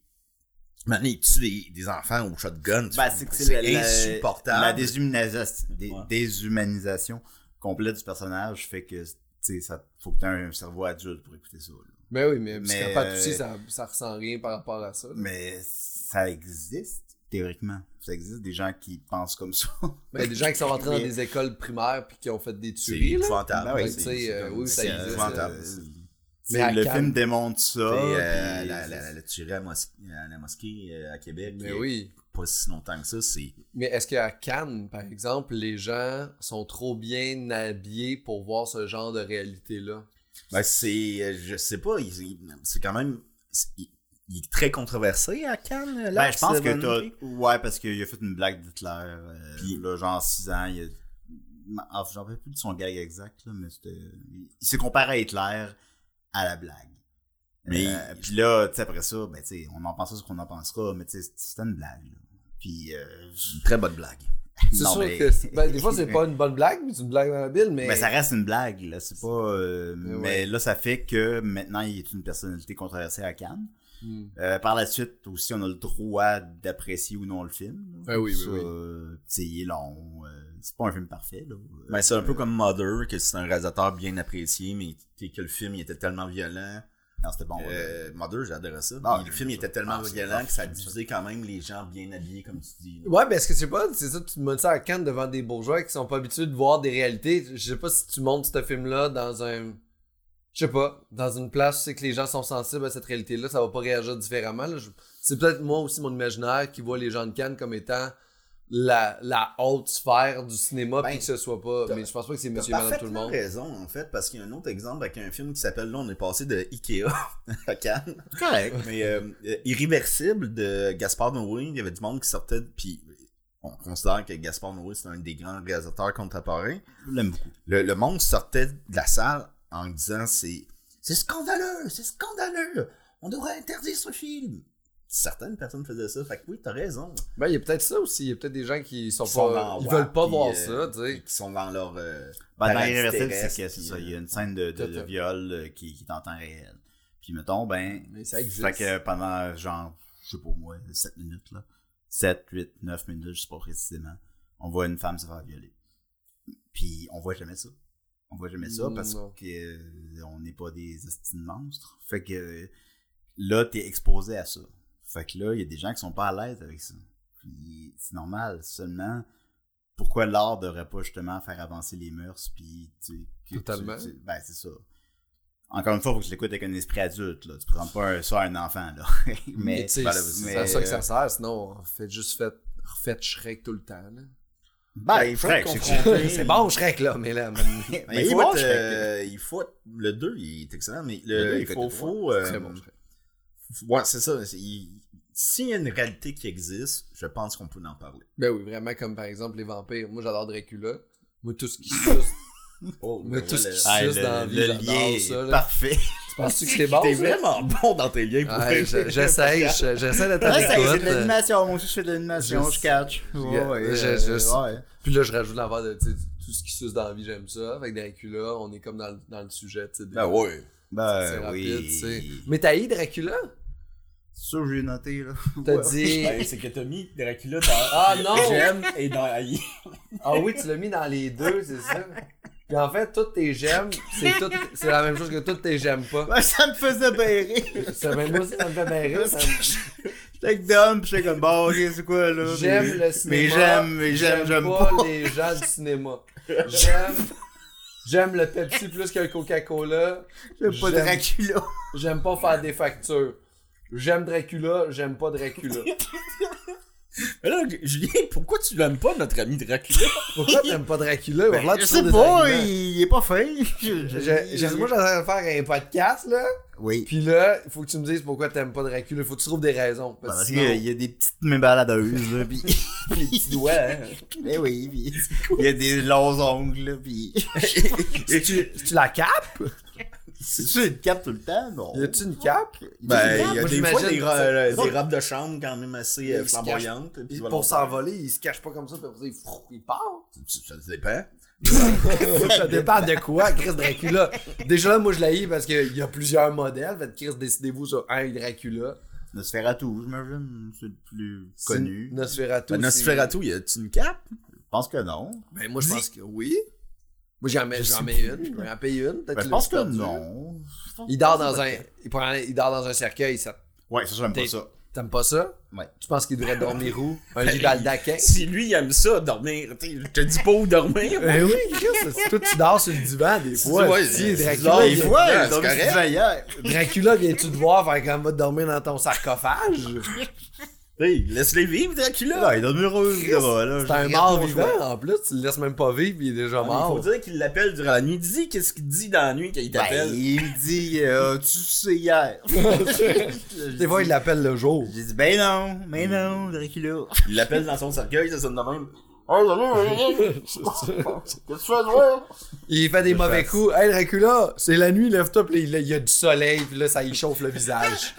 Maintenant, il tue des, des enfants au shotgun. tu Ben, sais, c'est que c'est c'est la- insupportable. La déshumanisa- dé- Ouais. déshumanisation complète du personnage fait que, tu sais, ça faut que tu aies un cerveau adulte pour écouter ça. là. Ben oui, mais, Mais, Psychopathe euh, aussi, ça, ça ressent rien par rapport à ça. là. Mais ça existe, théoriquement. Ça existe des gens qui pensent comme ça. Ben, il y a des gens qui sont rentrés dans Mais- des écoles primaires puis qui ont fait des C'est tueries, là. épouvantable. Ben oui, Fait que, c'est- tu sais, euh, oui, ça c'est existe. épouvantable. euh, Mais à le Cannes. film démontre ça. Tu sais, euh, Ah, puis- la, la, la tuerie à, mos- à la mosquée euh, à Québec, il y Mais a oui. pas si longtemps que ça, c'est... Mais est-ce qu'à Cannes, par exemple, les gens sont trop bien habillés pour voir ce genre de réalité-là? Ben, c'est. euh, Je sais pas, il- il- c'est quand même. c'est- Il, il est très controversé à Cannes, là. Ben, je pense que Seven Day. t'as. Ouais, parce qu'il a fait une blague d'Hitler. euh, Puis- là, genre 6 ans. Il a... Ah, J'en rappelle plus de son gag exact, là, mais c'était. Il s'est comparé à Hitler à la blague. Mais- Euh, puis là, tu sais, après ça, ben, tu sais, on en pensera ce qu'on en pensera, mais tu sais, c'était une blague, là. Puis. euh, C'est une Très bonne blague. C'est non, sûr mais- que. c'est- Ben, des fois, c'est pas une bonne blague, mais c'est une blague dans la bille, mais. Mais ça reste une blague, là. C'est pas. euh, Mais mais ouais. là, ça fait que maintenant, il est une personnalité controversée à Cannes. Hmm. Euh, par la suite, aussi, on a le droit d'apprécier ou non le film. Ah oui, Ça, oui, oui. euh, tu sais, il est long. euh, c'est pas un film parfait, là. Euh, Ben, c'est un peu comme Mother, que c'est un réalisateur bien apprécié, mais tu sais, que le film il était tellement violent. Non, c'était bon. ouais. Euh, Mother, j'adorais ça. Ah, mais le film il j'aime ça. était tellement Ah, c'est violent parfait, que ça j'aime ça. divisait quand même les gens bien habillés, comme tu dis. là. Ouais, mais est-ce que c'est pas, c'est ça, tu te montes ça à Cannes devant des bourgeois qui sont pas habitués de voir des réalités. Je sais pas si tu montes ce film-là dans un, je sais pas, dans une place où c'est que les gens sont sensibles à cette réalité-là, ça va pas réagir différemment. là. Je- C'est peut-être moi aussi mon imaginaire qui voit les gens de Cannes comme étant la, la haute sphère du cinéma Ben, puis que ce soit pas. t'as- Mais je pense pas que c'est T'as Monsieur et Madame Tout le parfaitement monde. raison, en fait, parce qu'il y a un autre exemple avec un film qui s'appelle, là, on est passé de Ikea à Cannes. C'est correct. Mais euh, euh, Irréversible de Gaspard Noé, il y avait du monde qui sortait, puis on considère que Gaspard Noé, c'est un des grands réalisateurs contemporains. Je l'aime beaucoup. Le, le monde sortait de la salle en disant c'est c'est scandaleux, c'est scandaleux, on devrait interdire ce film. Certaines personnes faisaient ça, fait que oui, t'as raison. Ben, il y a peut-être ça aussi. Il y a peut-être des gens qui sont Ils sont pas. dans Ils Wack, veulent pas puis, voir euh, ça, tu sais. Qui sont dans leur. euh, Ben, dans Paradis Irréversible, terrestre, c'est que c'est ça. puis, Il y a une scène de, de- de euh, tout, tout. viol euh, qui, qui est en temps réel. Puis mettons, ben. Mais ça existe. Fait que pendant, genre, je sais pas moi, 7 minutes, là. 7, 8, 9 minutes, je sais pas précisément. On voit une femme se faire violer. Puis on voit jamais ça. On voit jamais ça parce Non. que euh, on n'est pas des estimes monstres. Fait que euh, là, t'es exposé à ça. Fait que là, il y a des gens qui sont pas à l'aise avec ça. Puis c'est normal. Seulement, pourquoi l'art devrait pas justement faire avancer les mœurs? Puis tu, que tu- Totalement. tu- ben, c'est ça. Encore une fois, faut que je l'écoute avec un esprit adulte. Là. Tu prends pas un- ça à un enfant. Là. mais Mais tu sais, ben, là, c'est mais, à ça que euh, ça sert, sinon on fait juste fait, refait Shrek tout le temps. là. ben, Ben, il faut Shrek, être c'est- Ben, confronté. C'est bon Shrek là, mais là, man, Mais Mais il il, est faut bon, être, Shrek. euh, il faut être- le 2, il est excellent, mais le, Le deux, il il faut faut. être faut euh, très bon Shrek. Ouais, c'est ça. c'est- il- S'il y a une réalité qui existe, je pense qu'on peut en parler. Ben oui, vraiment comme par exemple les vampires. Moi j'adore Dracula. Moi tout ce qui suce. Oh, Mais tout ce qui- Ah, juste le, dans la vie, le j'adore lien est ça, Ah, là. parfait. tu penses-tu que c'est bon? T'es ça? vraiment bon dans tes liens pour Ouais, je- J'essaie, je- j'essaie d'être à Ouais, c'est c'est l'écoute. de l'animation. Moi aussi, je fais de l'animation. euh, je- Je catch. Ouais, ouais, je- euh, je- ouais. Puis là, je rajoute l'envers de tu sais, tout ce qui suce dans la vie, j'aime ça. Avec Dracula, on est comme dans, le- dans le sujet. tu sais, des- Ben ouais. c'est Ben rapide, tu sais. oui. Mais t'as eu Dracula? Ça, j'ai noté, là. T'as Ouais. dit. Ben, c'est que t'as mis Dracula dans Ah non! et dans AI. Ah oui, tu l'as mis dans les deux, c'est ça. Puis en fait, toutes tes j'aime, c'est tout- c'est la même chose que toutes tes j'aime pas. Ben, ça me faisait bairrer. Ça, ben, moi aussi, ça me fait bien rire. ça me- J'étais avec Dom, pis j'étais comme, bon, ok, c'est quoi, là? J'aime mais- le cinéma. Mais j'aime, mais j'aime, j'aime pas. les gens du cinéma. J'aime. J'aime le Pepsi plus qu'un Coca-Cola. J'aime pas J'aime- Dracula. J'aime pas faire des factures. J'aime Dracula, j'aime pas Dracula. Mais là, Julien, pourquoi tu l'aimes pas, notre ami Dracula? Pourquoi t'aimes pas Dracula? Ben, Voilà, tu je trouves sais des pas, arguments. il il est pas fin. Je- je- J'ai- j'ai- Moi, j'aimerais faire un podcast, là. Oui. Pis là, il faut que tu me dises pourquoi t'aimes pas Dracula. Faut que tu trouves des raisons. Parce Parce que Ben, qu'il y a des petites mains baladeuses, là, pis. sinon, les petits doigts, hein. Mais oui, pis. Il y a des longs ongles, là, pis. Tu la capes? C'est une cape tout le temps, non? Y a-tu une cape? Ben, il y a Moi, des fois j'imagine des, ro- que ça- euh, Donc- des robes de chambre quand même assez Ils euh, se cachent- flamboyantes. puis Puis voilà. pour s'envoler, il se cache pas comme ça, puis après ça, il, frou- il part. Ça dépend. ça dépend de quoi, Chris Dracula. Déjà là, moi je l'ai parce qu'il y a plusieurs modèles. Fait que Chris, décidez-vous sur un Dracula. Nosferatu, j'imagine, c'est le plus C'est connu. Nosferatu. Ben, Nosferatu, y a-tu une cape? Je pense que non. c'est- Ben moi je pense que oui. Moi j'en mets, Je j'en sais mets plus. une. Je vais en payer une. Ben, Peut-être tu je l'as pense que perdu. hein. non. Je pense Il pas dort que dans c'est un. Il, prend- il dort dans un cercueil, ça. pas- Ouais, ça, j'aime pas T'es- ça. T'aimes pas ça? Ouais. Tu penses qu'il devrait dormir où? Ben, Un lit baldaquin? Si lui, il aime ça, dormir. t'sais, Je te dis pas où dormir. Ben oui, Chris, c'est- toi tu dors sur le divan des fois. ouais, si, c'est bizarre, il Dracula, Des il- est- fois, Ouais, j'ai c'est dormi correct. sur le divan hier. Dracula, viens-tu te voir, faire quand va dormir dans ton sarcophage? Hey, laisse-les vivre, Dracula. Là, il est dormi heureux, Christ, le gars, là. C'est Je un regarde mort mon vivant choix. en plus, tu le laisses même pas vivre, il est déjà Ah, Il faut mort. dire qu'il l'appelle durant la nuit. Dis qu'est-ce qu'il dit dans la nuit quand il Ben, t'appelle. il me dit, euh, tu sais hier. Des fois, il l'appelle le jour. J'ai dit, ben non, ben non, Dracula. Il l'appelle dans son cercueil, ça sonne de même. Il fait des Je mauvais fasse. coups. Hey Dracula, c'est la nuit, lève-toi, pis là, il y a du soleil, pis là, ça y chauffe le visage.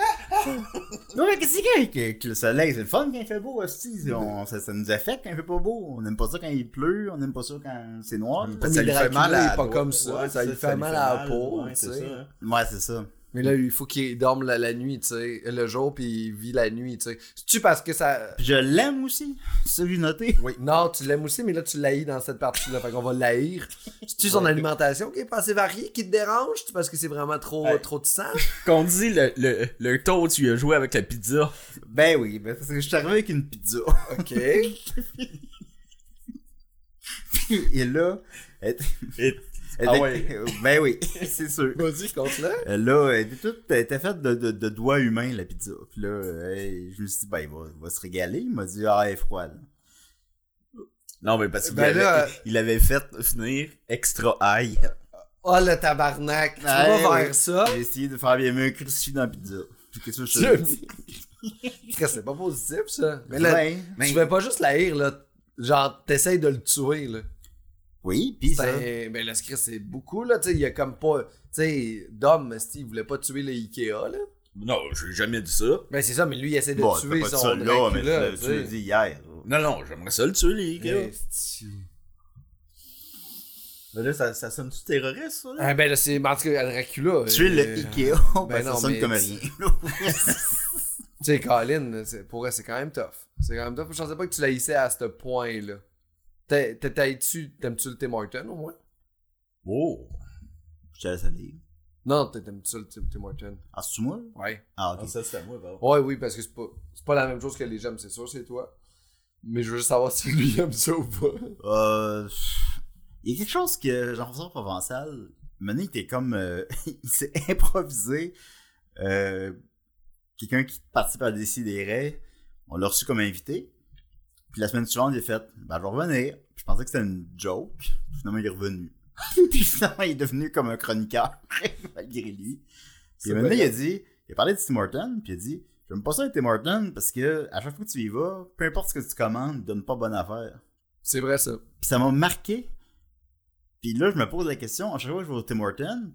Non, mais qu'est-ce qu'il y a avec- avec le soleil? C'est le fun quand il fait beau, aussi. On- ça, ça nous affecte quand il fait pas beau. On n'aime pas ça quand il pleut, on n'aime pas ça quand c'est noir. pas Ça- ça. lui fait Dracula, mal à il est la pas peau. comme ça, ça lui fait mal à la peau, ouais, c'est tu sais. ça. hein. Ouais, c'est ça. Mais là, il faut qu'il dorme la, la nuit, tu sais, le jour, puis il vit la nuit, tu sais. C'est-tu parce que ça. Puis je l'aime aussi. C'est ça que j'ai noté. Oui. Non, tu l'aimes aussi, mais là, tu l'haïs dans cette partie-là, fait qu'on va l'haïr. C'est-tu son Ouais. alimentation qui est pas assez variée, qui te dérange? C'est parce que c'est vraiment trop, Hey. trop de sang? Qu'on dit le, le, le taux, tu as joué avec la pizza. Ben oui, ben parce que je suis arrivé avec une pizza. Ok. Et là, elle, Et- elle Ah était- ouais. ben oui, c'est sûr. Vas-y, compte-le. Euh, Là, elle était toute, elle était faite de, de, de doigts humains, la pizza. Puis là, euh, hey, je me suis dit, ben, il va, il va se régaler. Il m'a dit, ah, elle est froide. Non, mais parce qu'il Ben avait, là, euh, il avait fait finir extra high. Oh le tabarnak, tu vas Ouais, vers ouais. ça. J'ai essayé de faire bien mieux un crucifix dans la pizza. Puis qu'est-ce que je Je me dis- Chris, C'est pas positif ça. Mais là, Ouais. Mais- tu veux pas juste la haïr là. Genre, t'essayes de le tuer là. Oui, pis ça. Ben, ben là, ce Chris, c'est beaucoup là. Tu sais, il y a comme pas. Tu sais, Dom, esti, il voulait pas tuer les Ikea là. Non, j'ai jamais dit ça. Ben c'est ça, mais lui, il essaie de Bon, t'as tuer pas dit son ça là, mais tu Dracula, l'as- tu tu l'as sais. Ben, dit hier. Non, non, j'aimerais ça le tuer, les gars. Esti. Mais là, ça, ça sonne-tu terroriste, ça? là? Ah, ben là, c'est. mais En tout cas, Dracula. Tuer euh, le Ikea, ben ben non, ça sonne mais- comme rien. Tu sais, Colin, c'est- pour elle, c'est quand même tough. C'est quand même tough. Je pensais pas que tu la haïssais à ce point-là. T'es- t'es- T'aimes-tu t'aimes-tu le Tim Horton au moins? Oh! Je te laisse aller. Non, t'es- t'aimes-tu le Tim Tim Horton? Ah, c'est moi? là? Ouais. Ah, Ah, ok. ça, c'est à moi, pardon. Ouais, oui, parce que c'est pas, c'est pas la même chose que les j'aime, c'est sûr, c'est toi. Mais je veux juste savoir si lui aime ça ou pas. Euh, Il y a quelque chose que Jean-François Provençal, maintenant, il était comme. euh, il s'est improvisé. euh, Quelqu'un qui participe à Décideret, on l'a reçu comme invité. Puis la semaine suivante, il a fait Ben, je vais revenir. Puis je pensais que c'était une joke. Finalement, il est revenu. Puis finalement, il est devenu comme un chroniqueur, malgré lui. Puis C'est maintenant, vrai. il a dit Il a parlé de Tim Horton, puis il a dit J'aime pas ça, Tim Horton, parce que à chaque fois que tu y vas, peu importe ce que tu commandes, il donne pas bonne affaire. C'est vrai, ça. Puis ça m'a marqué. Puis là, je me pose la question, à chaque fois que je vais au Tim Hortons,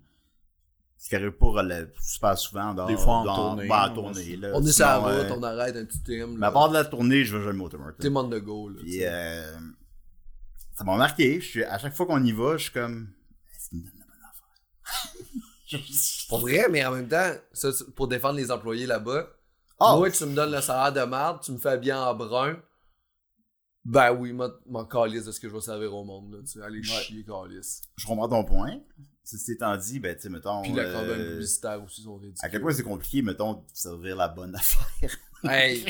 ce qui arrive pas rela- super souvent dans Des fois en dans- tournée, ben, en on tournée, se- là. On est sur la Sinon, route, euh, on arrête un petit Tim. Mais à là. part de la tournée, je vais jamais au Tim Hortons. Tim on the go, là. tu Puis sais. euh, ça m'a marqué. Je suis, à chaque fois qu'on y va, je suis comme. Est-ce qu'il me donne la bonne affaire? Pour vrai, mais en même temps, ça, c'est pour défendre les employés là-bas, Ah! moi, tu me donnes le salaire de merde, tu me fais bien en brun. Ben oui, moi, mon calice de ce que je vais servir au monde, là. Tu sais, allez chier, calice. je comprends ton point. Ceci étant dit, ben, tu sais, mettons. Puis la euh, campagne publicitaire aussi, sont ridicules. à quel point c'est compliqué, mettons, de servir la bonne affaire. Hey,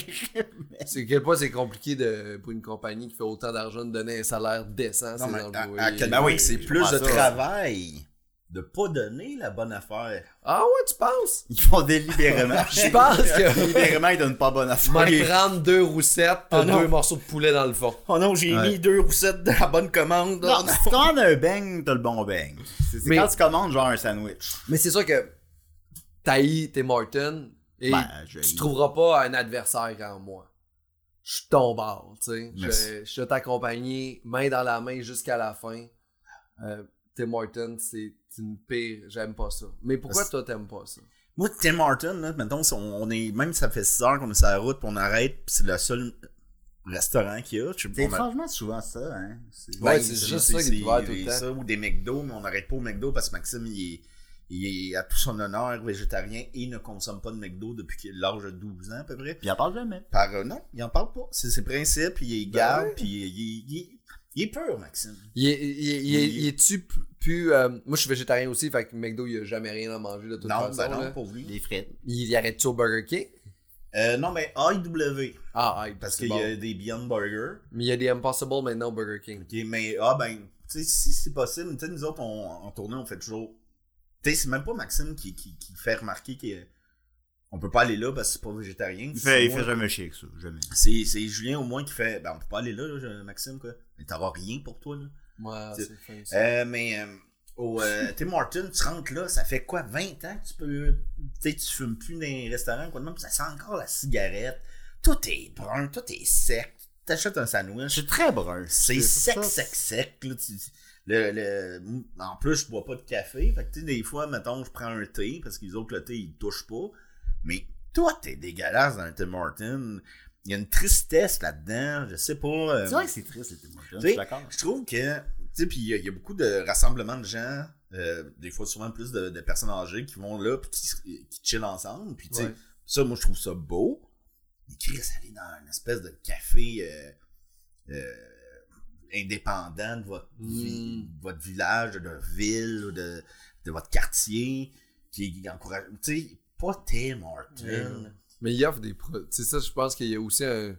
c'est à quel point c'est compliqué de, pour une compagnie qui fait autant d'argent de donner un salaire décent à Non, ses mais à, employés. à quel Ben point oui, c'est je plus comprends de ça. travail de pas donner la bonne affaire. Ah ouais, tu penses? Ils font délibérément. Je pense que... délibérément, ils donnent pas bonne affaire. M'en prendre deux roussettes, t'as Ah non. deux morceaux de poulet dans le fond. Oh non, j'ai Ouais. mis deux roussettes de la bonne commande. Non, si tu commandes un bang, t'as le bon bang. C'est c'est Mais- quand tu commandes genre un sandwich. Mais c'est sûr que t'haïs t'es Martin et Ben, je- tu trouveras pas un adversaire en moi. Je suis ton bord, tu sais. Je- Merci. Je vais t'accompagner main dans la main jusqu'à la fin. Euh, Tim Horton, c'est une pire. J'aime pas ça. Mais pourquoi Parce- toi, t'aimes pas ça? Moi, Tim Horton, là, mettons, si on, on est, même si ça fait 6 heures qu'on est sur la route, puis on arrête, puis c'est le seul restaurant qu'il y a. Je, C'est on a- franchement souvent ça, hein. C'est- Ouais, c'est juste ça qui est ouvert tout le c'est temps. ça, ou des McDo, mais on n'arrête pas au McDo parce que Maxime, il est, il est à tout son honneur végétarien et ne consomme pas de McDo depuis qu'il a l'âge de 12 ans à peu près. Puis en parle jamais. Par, euh, non, il en parle pas. C'est ses principes, il les Ben garde, ouais. puis il, il- il- il est pur, Maxime. Il est- il est- il est- il est-tu pu- plus. euh, moi, je suis végétarien aussi, fait que McDo, il a jamais rien à manger de toute Non, façon. ben non, là. pour lui. Les frites. Il, il arrête-tu au Burger King? Euh, non, mais AIW, Ah, ouais, parce c'est qu'il bon. y a des Beyond Burger. Mais il y a des Impossible maintenant au Burger King. Ok, mais ah ben, tu sais, si c'est possible, tu sais, nous autres, on, en tournée, on fait toujours. Tu sais, c'est même pas Maxime qui, qui, qui fait remarquer qu'on peut pas aller là parce que c'est pas végétarien. Il fait, il C'est fait moi- jamais chier avec ça. Jamais. C'est c'est Julien au moins qui fait. Ben, on peut pas aller là, là, je- Maxime, quoi. Mais t'auras rien pour toi, là. Ouais, C'est- c'est fin, ça. Euh, mais. euh, au euh, Tim Horton, tu rentres là, ça fait quoi, 20 ans que tu peux. Tu sais, tu fumes plus dans les restaurants, quoi de même, ça sent encore la cigarette. Tout est brun, tout est sec. T'achètes un Je sandwich. suis très brun. C'est sec, ça. sec, sec. là, tu- le, le- en plus, je bois pas de café. Fait que, tu sais, des fois, mettons, je prends un thé parce qu'ils autres, le thé, ils touchent pas. Mais toi, t'es dégueulasse dans le Tim Hortons. Il y a une tristesse là-dedans. Je sais pas. euh, C'est vrai que c'est triste, les témoins. Je tu sais, suis d'accord. je trouve que, tu sais, puis il y, a- il y a beaucoup de rassemblements de gens, euh, des fois souvent plus de, de personnes âgées qui vont là puis qui, se- qui chillent ensemble. Puis, tu sais, Ouais. ça, moi, je trouve ça beau. Mais Chris, aller dans une espèce de café euh, euh, indépendant de votre, Hmm. vi- de votre village, de votre ville, ou de, de votre quartier, qui encourage. Tu sais, pas Tim Hortons. Ouais. Mais il offre des produits. C'est ça, je pense qu'il y a aussi un,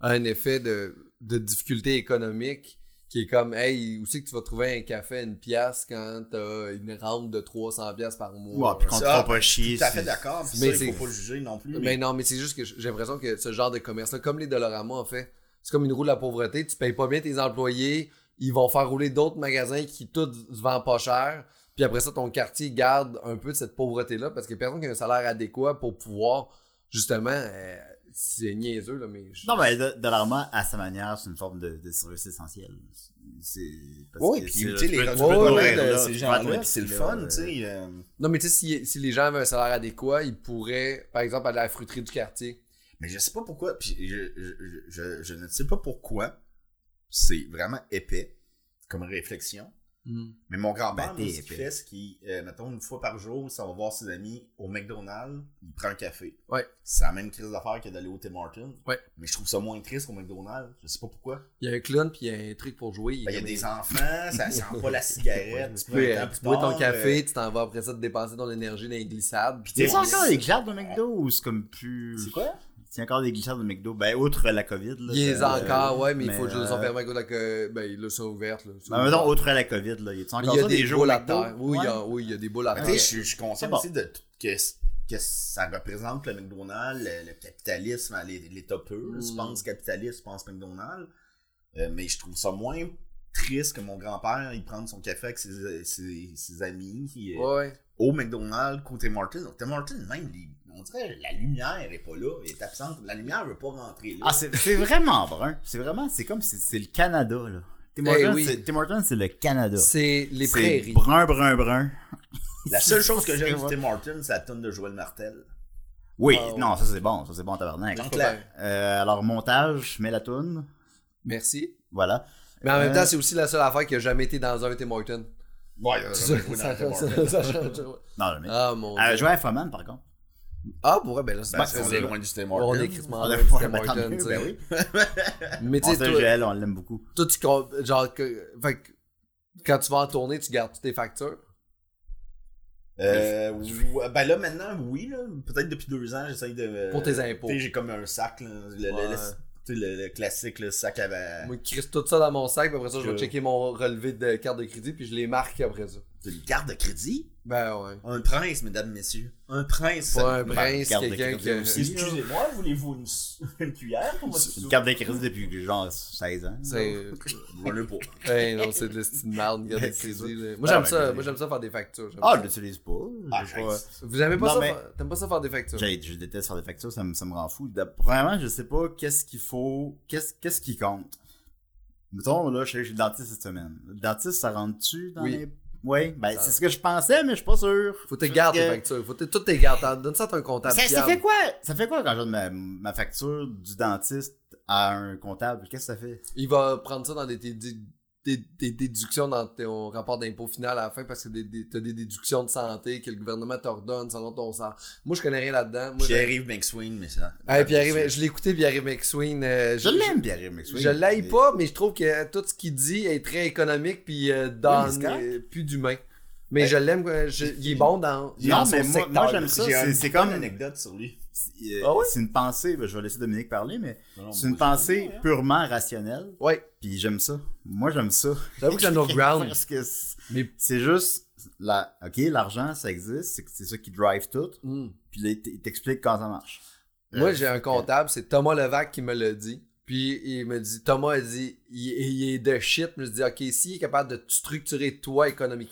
un effet de, de difficulté économique qui est comme, hey, où c'est que tu vas trouver un café à une pièce quand t'as une rente de 300 pièces par mois? Ouais, Ah, puis qu'on te Ça, fera pas chier. Tout à fait c'est- d'accord, puis Mais ça, il c'est- Euh, ben faut pas le juger non plus. Mais non, mais c'est juste que j'ai l'impression que ce genre de commerce-là, comme les Dolorama en fait, c'est comme une roue de la pauvreté. Tu payes pas bien tes employés, ils vont faire rouler d'autres magasins qui tous se vendent pas cher. Puis après ça, ton quartier garde un peu de cette pauvreté-là parce que personne qui a un salaire adéquat pour pouvoir, justement, euh, c'est niaiseux, là, mais. je- Non, mais de, de l'armand, à sa manière, c'est une forme de, de service essentiel. C'est. parce Oui, que puis c'est- tu là, sais, les peux- gens tu tu peux ouais, te nourrir, ouais, là, de tu ces peux te gens-là, nourrir, puis c'est le là, fun, euh, tu sais. euh, Non, mais tu sais, si, si les gens avaient un salaire adéquat, ils pourraient, par exemple, aller à la fruiterie du quartier. Mais je sais pas pourquoi, puis je, je, je- je- je ne sais pas pourquoi c'est vraiment épais comme réflexion. Mais mon Ah, grand-père, Ben, t'es moi, ce qu'il épais. fait, c'est qu'il, euh, mettons, une fois par jour, ça va voir ses amis au McDonald's, il prend un café. Ouais. C'est la même crise d'affaires que d'aller au Tim Hortons. Ouais. Mais je trouve ça moins triste au McDonald's. Je sais pas pourquoi. Il y a un clown, puis il y a un truc pour jouer. Ben, Il y a des enfants, ça sent pas la cigarette. Tu prends le peux, temps tu plus bois ton tard, café, tu t'en vas après ça te dépenser ton énergie dans les glissades. Tu sais, c'est on- euh. encore des glissades de McDo ou c'est comme plus. euh, C'est quoi? C'est encore des glissades de McDo. Ben, outre la COVID. Là, Il y a ben, encore, ouais, mais il mais, faut que euh, son permis à cause de la que- Ben, ils le sont ouverts, là. Ben, mettons, outre la COVID, là. Y a Mais encore il y a ça, des jeux boules à McDo? terre. Oui, il y Ouais. a, oui, il y a des boules à Mais terre. tu sais, je suis- je suis conscient C'est bon. aussi de tout que, c- que ça représente le McDonald's, le, le capitalisme, les, les topeux. Mm. Je pense capitalisme, je pense McDonald's. Euh, mais je trouve ça moins triste que mon grand-père, il prenne son café avec ses, ses- ses amis il est Ouais. au McDonald's, côté Martin. Côté Martin, même, les- on dirait la lumière n'est pas là, elle est absente. La lumière ne veut pas rentrer là. Ah, c'est c'est vraiment brun. C'est vraiment. C'est comme. si- C'est le Canada, là. Tim Eh Hortons, oui. c'est- Tim Hortons, c'est le Canada. C'est les C'est prairies. Brun, brun, brun. la seule chose que c'est j'aime vrai. du Tim Hortons, c'est la tonne de Joël Martel. Oui, Ah, ouais. non, ça c'est bon, ça c'est bon tabarnak. Donc, Pas la- bien. Euh, alors montage, je mets la toune, Merci. voilà. Mais en même Euh, temps, c'est aussi la seule affaire qui a jamais été dans un Tim Hortons. Ouais, euh, il y a Ça- jamais joué dans ça- le Tim Hortons. ça- ça change. Non, jamais. Ah mon Euh, dieu. jouer à Foman par contre. Ah, pour vrai, ben là, c'est Ben, pas c'est- on ça. est loin du Tim Hortons. On est crissement On loin a du pas- Tim ben, tant Hortons, hein. mieux, tu ben sais. oui. Mais tu Mon sais, Dieu, toi- Joël, on l'aime beaucoup. toi, tu com- genre que- fait que quand tu vas en tournée, tu gardes toutes tes factures. Euh, ouais, ben là, maintenant, oui. là. Peut-être depuis deux ans, j'essaye de. Pour Euh, tes impôts. Tu sais, j'ai comme un sac. là, le, le- Ouais. le- tu sais, le- le classique, le sac à. ba- Moi, je crisse tout ça dans mon sac, puis après ça, je vais Que- checker mon relevé de carte de crédit, puis je les marque après ça. Tu le gardes de crédit Ben ouais. Un prince, mesdames, messieurs. Un prince. Pas un Ben, prince, carte de quelqu'un crédit qui. a- aussi. Excusez-moi, voulez-vous une, une cuillère pour votre Une soupe? carte de crédit depuis genre 16 ans. C'est. Voilà pour. Ben non, c'est de la style de merde, garde de crédit. là. Moi, Ah, j'aime ben, ça. crédit. Moi, j'aime ça faire des factures. j'aime Ah, ça. je l'utilise pas. Ah, j'ai pas- Vous aimez pas Non, ça? mais- faire- T'aimes pas ça faire des factures? J'ai- je déteste faire des factures, ça me, ça me rend fou. D'ab- Premièrement, je sais pas qu'est-ce qu'il faut, qu'est-ce qu'est-ce qui compte. Mettons, là, je suis le dentiste cette semaine. Le dentiste, ça rentre-tu dans Oui. les... Oui, ben Ça- c'est ce que je pensais, mais je suis pas sûr. Faut que tu Parce gardes que- tes factures. Faut que toutes tes gardes. T'en- Donne ça à ton comptable. Ça, ça fiable. fait quoi? Ça fait quoi quand je donne ma, ma facture du dentiste à un comptable? Qu'est-ce que ça fait? Il va prendre ça dans des, tes- des- des- des déductions dans ton rapport d'impôt final à la fin parce que des- des- t'as des déductions de santé que le gouvernement t'ordonne selon ton sang. Moi, je connais rien là-dedans. Moi, j'ai- Pierre-Yves McSween, mais ça. Hey, ben. Pierre-Yves- je l'ai écouté, Pierre-Yves McSween. euh, Je l'aime, Pierre McSween. Je l'aille pas, mais je trouve que tout ce qu'il dit est très économique puis euh, Oui, dans mais c'est correct. euh, plus d'humain. Mais Ben, je l'aime, euh, je- il est bon dans, Non, dans son mais moi- secteur. moi, j'aime ça, J'ai c'est- une c'est bonne comme- anecdote sur lui. C'est euh, Ah ouais? Ah, c'est une pensée, ben, je vais laisser Dominique parler, mais Non, non, c'est une moi, je- pensée hein. purement rationnelle, Ouais, puis j'aime ça. Moi, j'aime ça. j'avoue que c'est underground. Parce que c'est- Mais- c'est juste, la, ok, l'argent, ça existe, c'est- c'est ça qui drive tout, Hmm. puis là, il t- il t'explique quand ça marche. Euh, Moi, j'ai un comptable, c'est Thomas Levac qui me l'a dit. Puis il me dit, Thomas a dit, il, il est de shit. Je me dis, ok, s'il est capable de te structurer toi économiquement,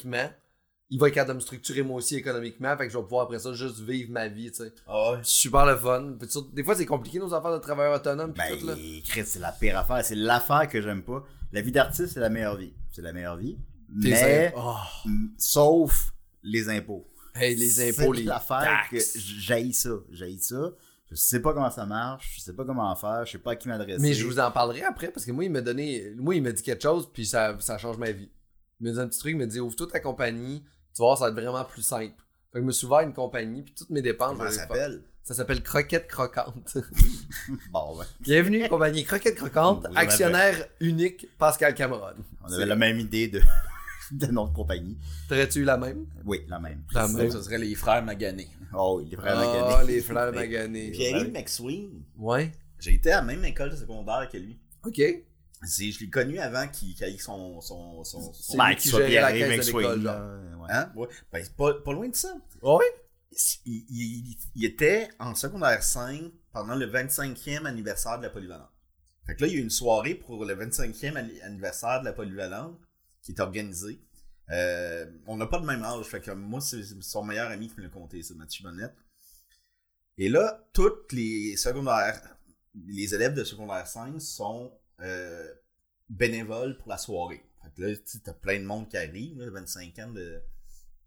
il va être capable de me structurer moi aussi économiquement. Fait que je vais pouvoir après ça juste vivre ma vie, tu sais. Ah ouais. Super le fun. Puis surtout, des fois, c'est compliqué nos affaires de travailleurs autonomes. puis Ben, tout, là. Chris, c'est la pire affaire, c'est l'affaire que j'aime pas. La vie d'artiste, c'est la meilleure vie. C'est la meilleure vie, Tes mais... imp- Oh, Mm, sauf les impôts. hey, les impôts, C'est les l'affaire que taxes. j'haïs ça, j'haïs ça. Je sais pas comment ça marche, je sais pas comment faire, je sais pas à qui m'adresser. Mais je vous en parlerai après parce que moi, il m'a donné. Moi, il m'a dit quelque chose, puis ça, ça change ma vie. Il m'a dit un petit truc, il m'a dit ouvre toute ta compagnie, tu vas voir, ça va être vraiment plus simple. Fait que je me suis ouvert une compagnie, puis toutes mes dépenses. Comment je ça les fais. s'appelle? Ça s'appelle Croquette Croquante. Bon, ouais. Bienvenue, compagnie Croquette Croquante, Vous en avez- actionnaire unique Pascal Cameron. On avait la même idée de, de notre compagnie. T'aurais-tu eu la même Oui, la même. La Ça, même. ça serait les frères Magané. Oh, il est vraiment Ah, cadet. les fleurs Mais- maganées. Pierre-Yves McSween, Ouais. j'ai été à la même école secondaire que lui. Ok. C'est- je l'ai connu avant qu'il qu'il ait son. son, son, son- C'est Ben, lui qu'il qui soit gérait la Pierre-Yves caisse de McSween, l'école, Ah, là, ouais. Hein? Ouais. Ben, c'est pas, pas loin de ça. Ouais. Il, il- il était en secondaire 5 pendant le 25e anniversaire de la polyvalente. Fait Fait que là, il y a eu une soirée pour le 25e anni- anniversaire de la polyvalente qui est organisée. Euh, on n'a pas le même âge. Fait que moi, c'est son meilleur ami qui me l'a compté, c'est Mathieu Bonnette. Et là, toutes les secondaires, les élèves de secondaire 5 sont euh, bénévoles pour la soirée. Fait que là, tu sais, t'as plein de monde qui arrive. là, 25 ans de,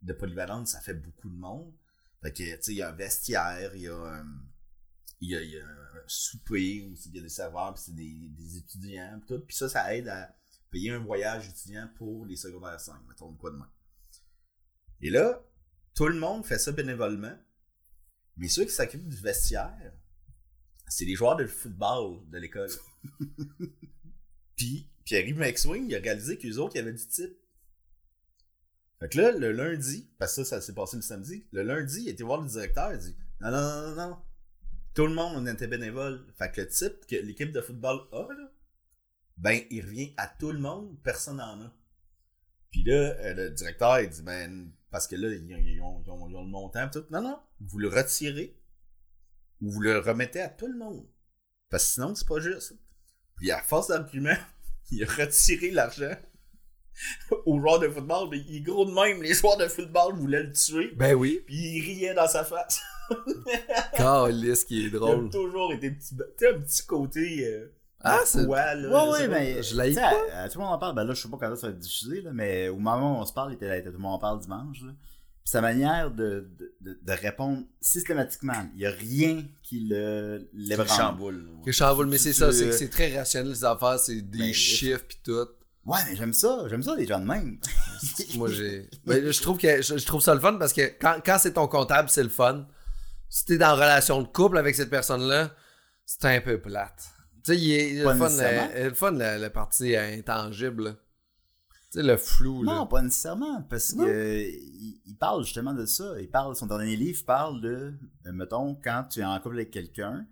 de polyvalente, ça fait beaucoup de monde. Fait que, tu sais, il y a un vestiaire, il y a, euh, il y a, il y a un souper où il y a des serveurs, puis c'est des, des étudiants, puis tout. Puis ça, ça aide à payer un voyage étudiant pour les secondaires 5, mettons de quoi de même. Et là, tout le monde fait ça bénévolement, mais ceux qui s'occupent du vestiaire, c'est les joueurs de football de l'école. puis Pierre-Yves McSwing, il a réalisé qu'eux autres, il y avait du titre. Fait que là, le lundi, parce que ça, ça s'est passé le samedi, le lundi, il était voir le directeur, il a dit Non, non, non, non, non. Tout le monde, on était bénévole. Fait que le type que l'équipe de football a, là, ben, il revient à tout le monde, personne n'en a. Puis là, euh, le directeur, il dit Ben, parce que là, ils ont, ils ont- ils ont- ils ont le montant, pis tout. Non, non, vous le retirez ou vous le remettez à tout le monde. Parce que sinon, c'est pas juste. Puis à force d'argument, il a retiré l'argent aux joueurs de football. Mais il est gros de même. Les joueurs de football voulaient le tuer. Ben oui. Puis il riait dans sa face. Calisse qui est Il a drôle. toujours été petit, tu sais, un petit côté. euh, Ah, c'est. quoi, là, je Ouais, sais ouais, ben, pas. mais. je l'haïs tu sais, à- à Tout le monde en parle. Ben là, je sais pas quand ça va être diffusé, là, mais au moment où on se parle, il était là, il était tout le monde en parle dimanche. Là. Puis sa manière de, de- de, de répondre systématiquement, il n'y a rien qui le Le l'ébranle. chamboule. là. Que chamboule, mais c'est Tu- ça, c'est que c'est très rationnel ces affaires, c'est des Ben, chiffres pis tout. Ouais, mais j'aime ça. J'aime ça, les gens de même. Moi j'ai. Ben, je trouve que je, je trouve ça le fun parce que quand, quand c'est ton comptable, c'est le fun. Si t'es dans relation de couple avec cette personne-là, c'est un peu plate. Tu sais, il est, il est Pas le fun, nécessairement. la, le fun la, la partie euh, intangible. là. Tu sais, le flou. Non, là. pas nécessairement, parce que Non. euh, il, il parle justement de ça. Il parle, son dernier livre parle de, euh, mettons, quand tu es en couple avec quelqu'un,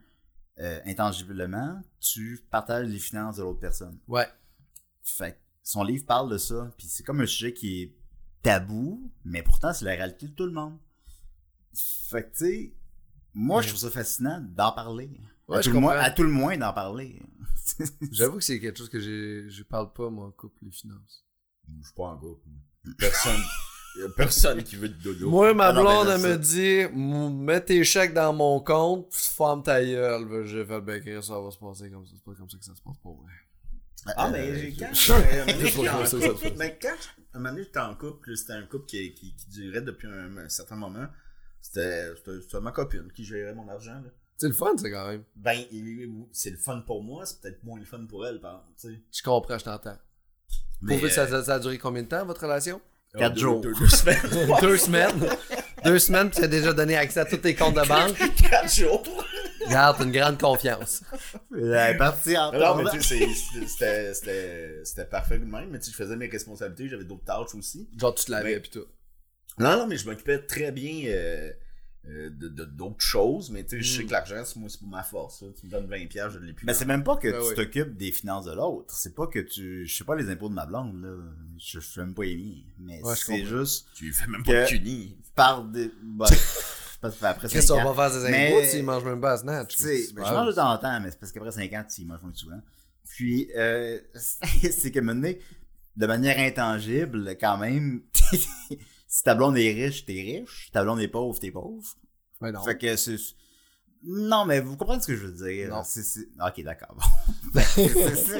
euh, intangiblement, tu partages les finances de l'autre personne. Ouais. Fait que son livre parle de ça, puis c'est comme un sujet qui est tabou, mais pourtant c'est la réalité de tout le monde. Fait que tu sais, moi je trouve ça fascinant d'en parler. Ouais, à, je tout le moins, comprends. à tout le moins d'en parler. J'avoue que c'est quelque chose que j'ai- je parle pas, moi, en couple, les finances. Je suis pas en groupe. Personne. y a personne qui veut de dodo. Moi, ma Ah non, ben blonde, là, elle ça. me dit M- mets tes chèques dans mon compte, pis forme ta gueule. J'ai fait ben, Chris, ça va se passer comme ça. C'est pas comme ça que ça se passe pour vrai. Ah, Euh, mais j'ai je- quand. je- euh, je- je- je- je- je- je- je- Mais quand. je- Un moment donné, j'étais en couple. là, C'était un couple qui, qui, qui durait depuis un, un certain moment. C'était c'était- c'était ma copine qui gérait mon argent. là. C'est le fun, c'est quand même. Ben, il- c'est le fun pour moi. C'est peut-être moins le fun pour elle, par exemple. tu sais. Je comprends, je t'entends. Mais, Pour vous, euh, ça, ça- ça a duré combien de temps, votre relation Quatre deux- jours. Deux, deux semaines. Ouais, Deux semaines. Deux semaines, puis tu as déjà donné accès à tous tes comptes de banque. euh, Quatre jours. Regarde, t'as une grande confiance. Elle est partie en Non, mais tournant. tu sais, c'est- c'était- c'était c'était parfait de même. Mais tu sais, je faisais mes responsabilités. J'avais d'autres tâches aussi. Genre, tu te lavais, Mais- pis tout. Non, non, mais je m'occupais très bien euh, euh, de de- d'autres choses, mais tu sais, je sais Mm. que l'argent, c'est moi, c'est pour ma force. là. Tu me donnes 20$, piastres, je ne l'ai plus. Hmm. Mais c'est même pas que Ben tu oui. t'occupes des finances de l'autre. C'est pas que tu. Je sais pas les impôts de ma blonde, là. Je je suis même pas émis. Mais Ouais, je c'est comprends. juste Tu fais même Que- pas de cuni. par des. Bon, parce que après Chris, 5 on ans. va faire des Mais- impôts s'ils mangent même pas à Snatch. Tu sais, C'est ben, pas je mange de grave. temps en temps, mais c'est parce qu'après 5 ans, tu y manges moins souvent. Puis, euh, c'est que mener de manière intangible, quand même, si ta blonde est riche, t'es riche. Si ta blonde est pauvre, t'es pauvre. Mais non. Fait que c'est. Non, mais vous comprenez ce que je veux dire. Non. C'est- c'est- Ok, d'accord. bon. C'est ça.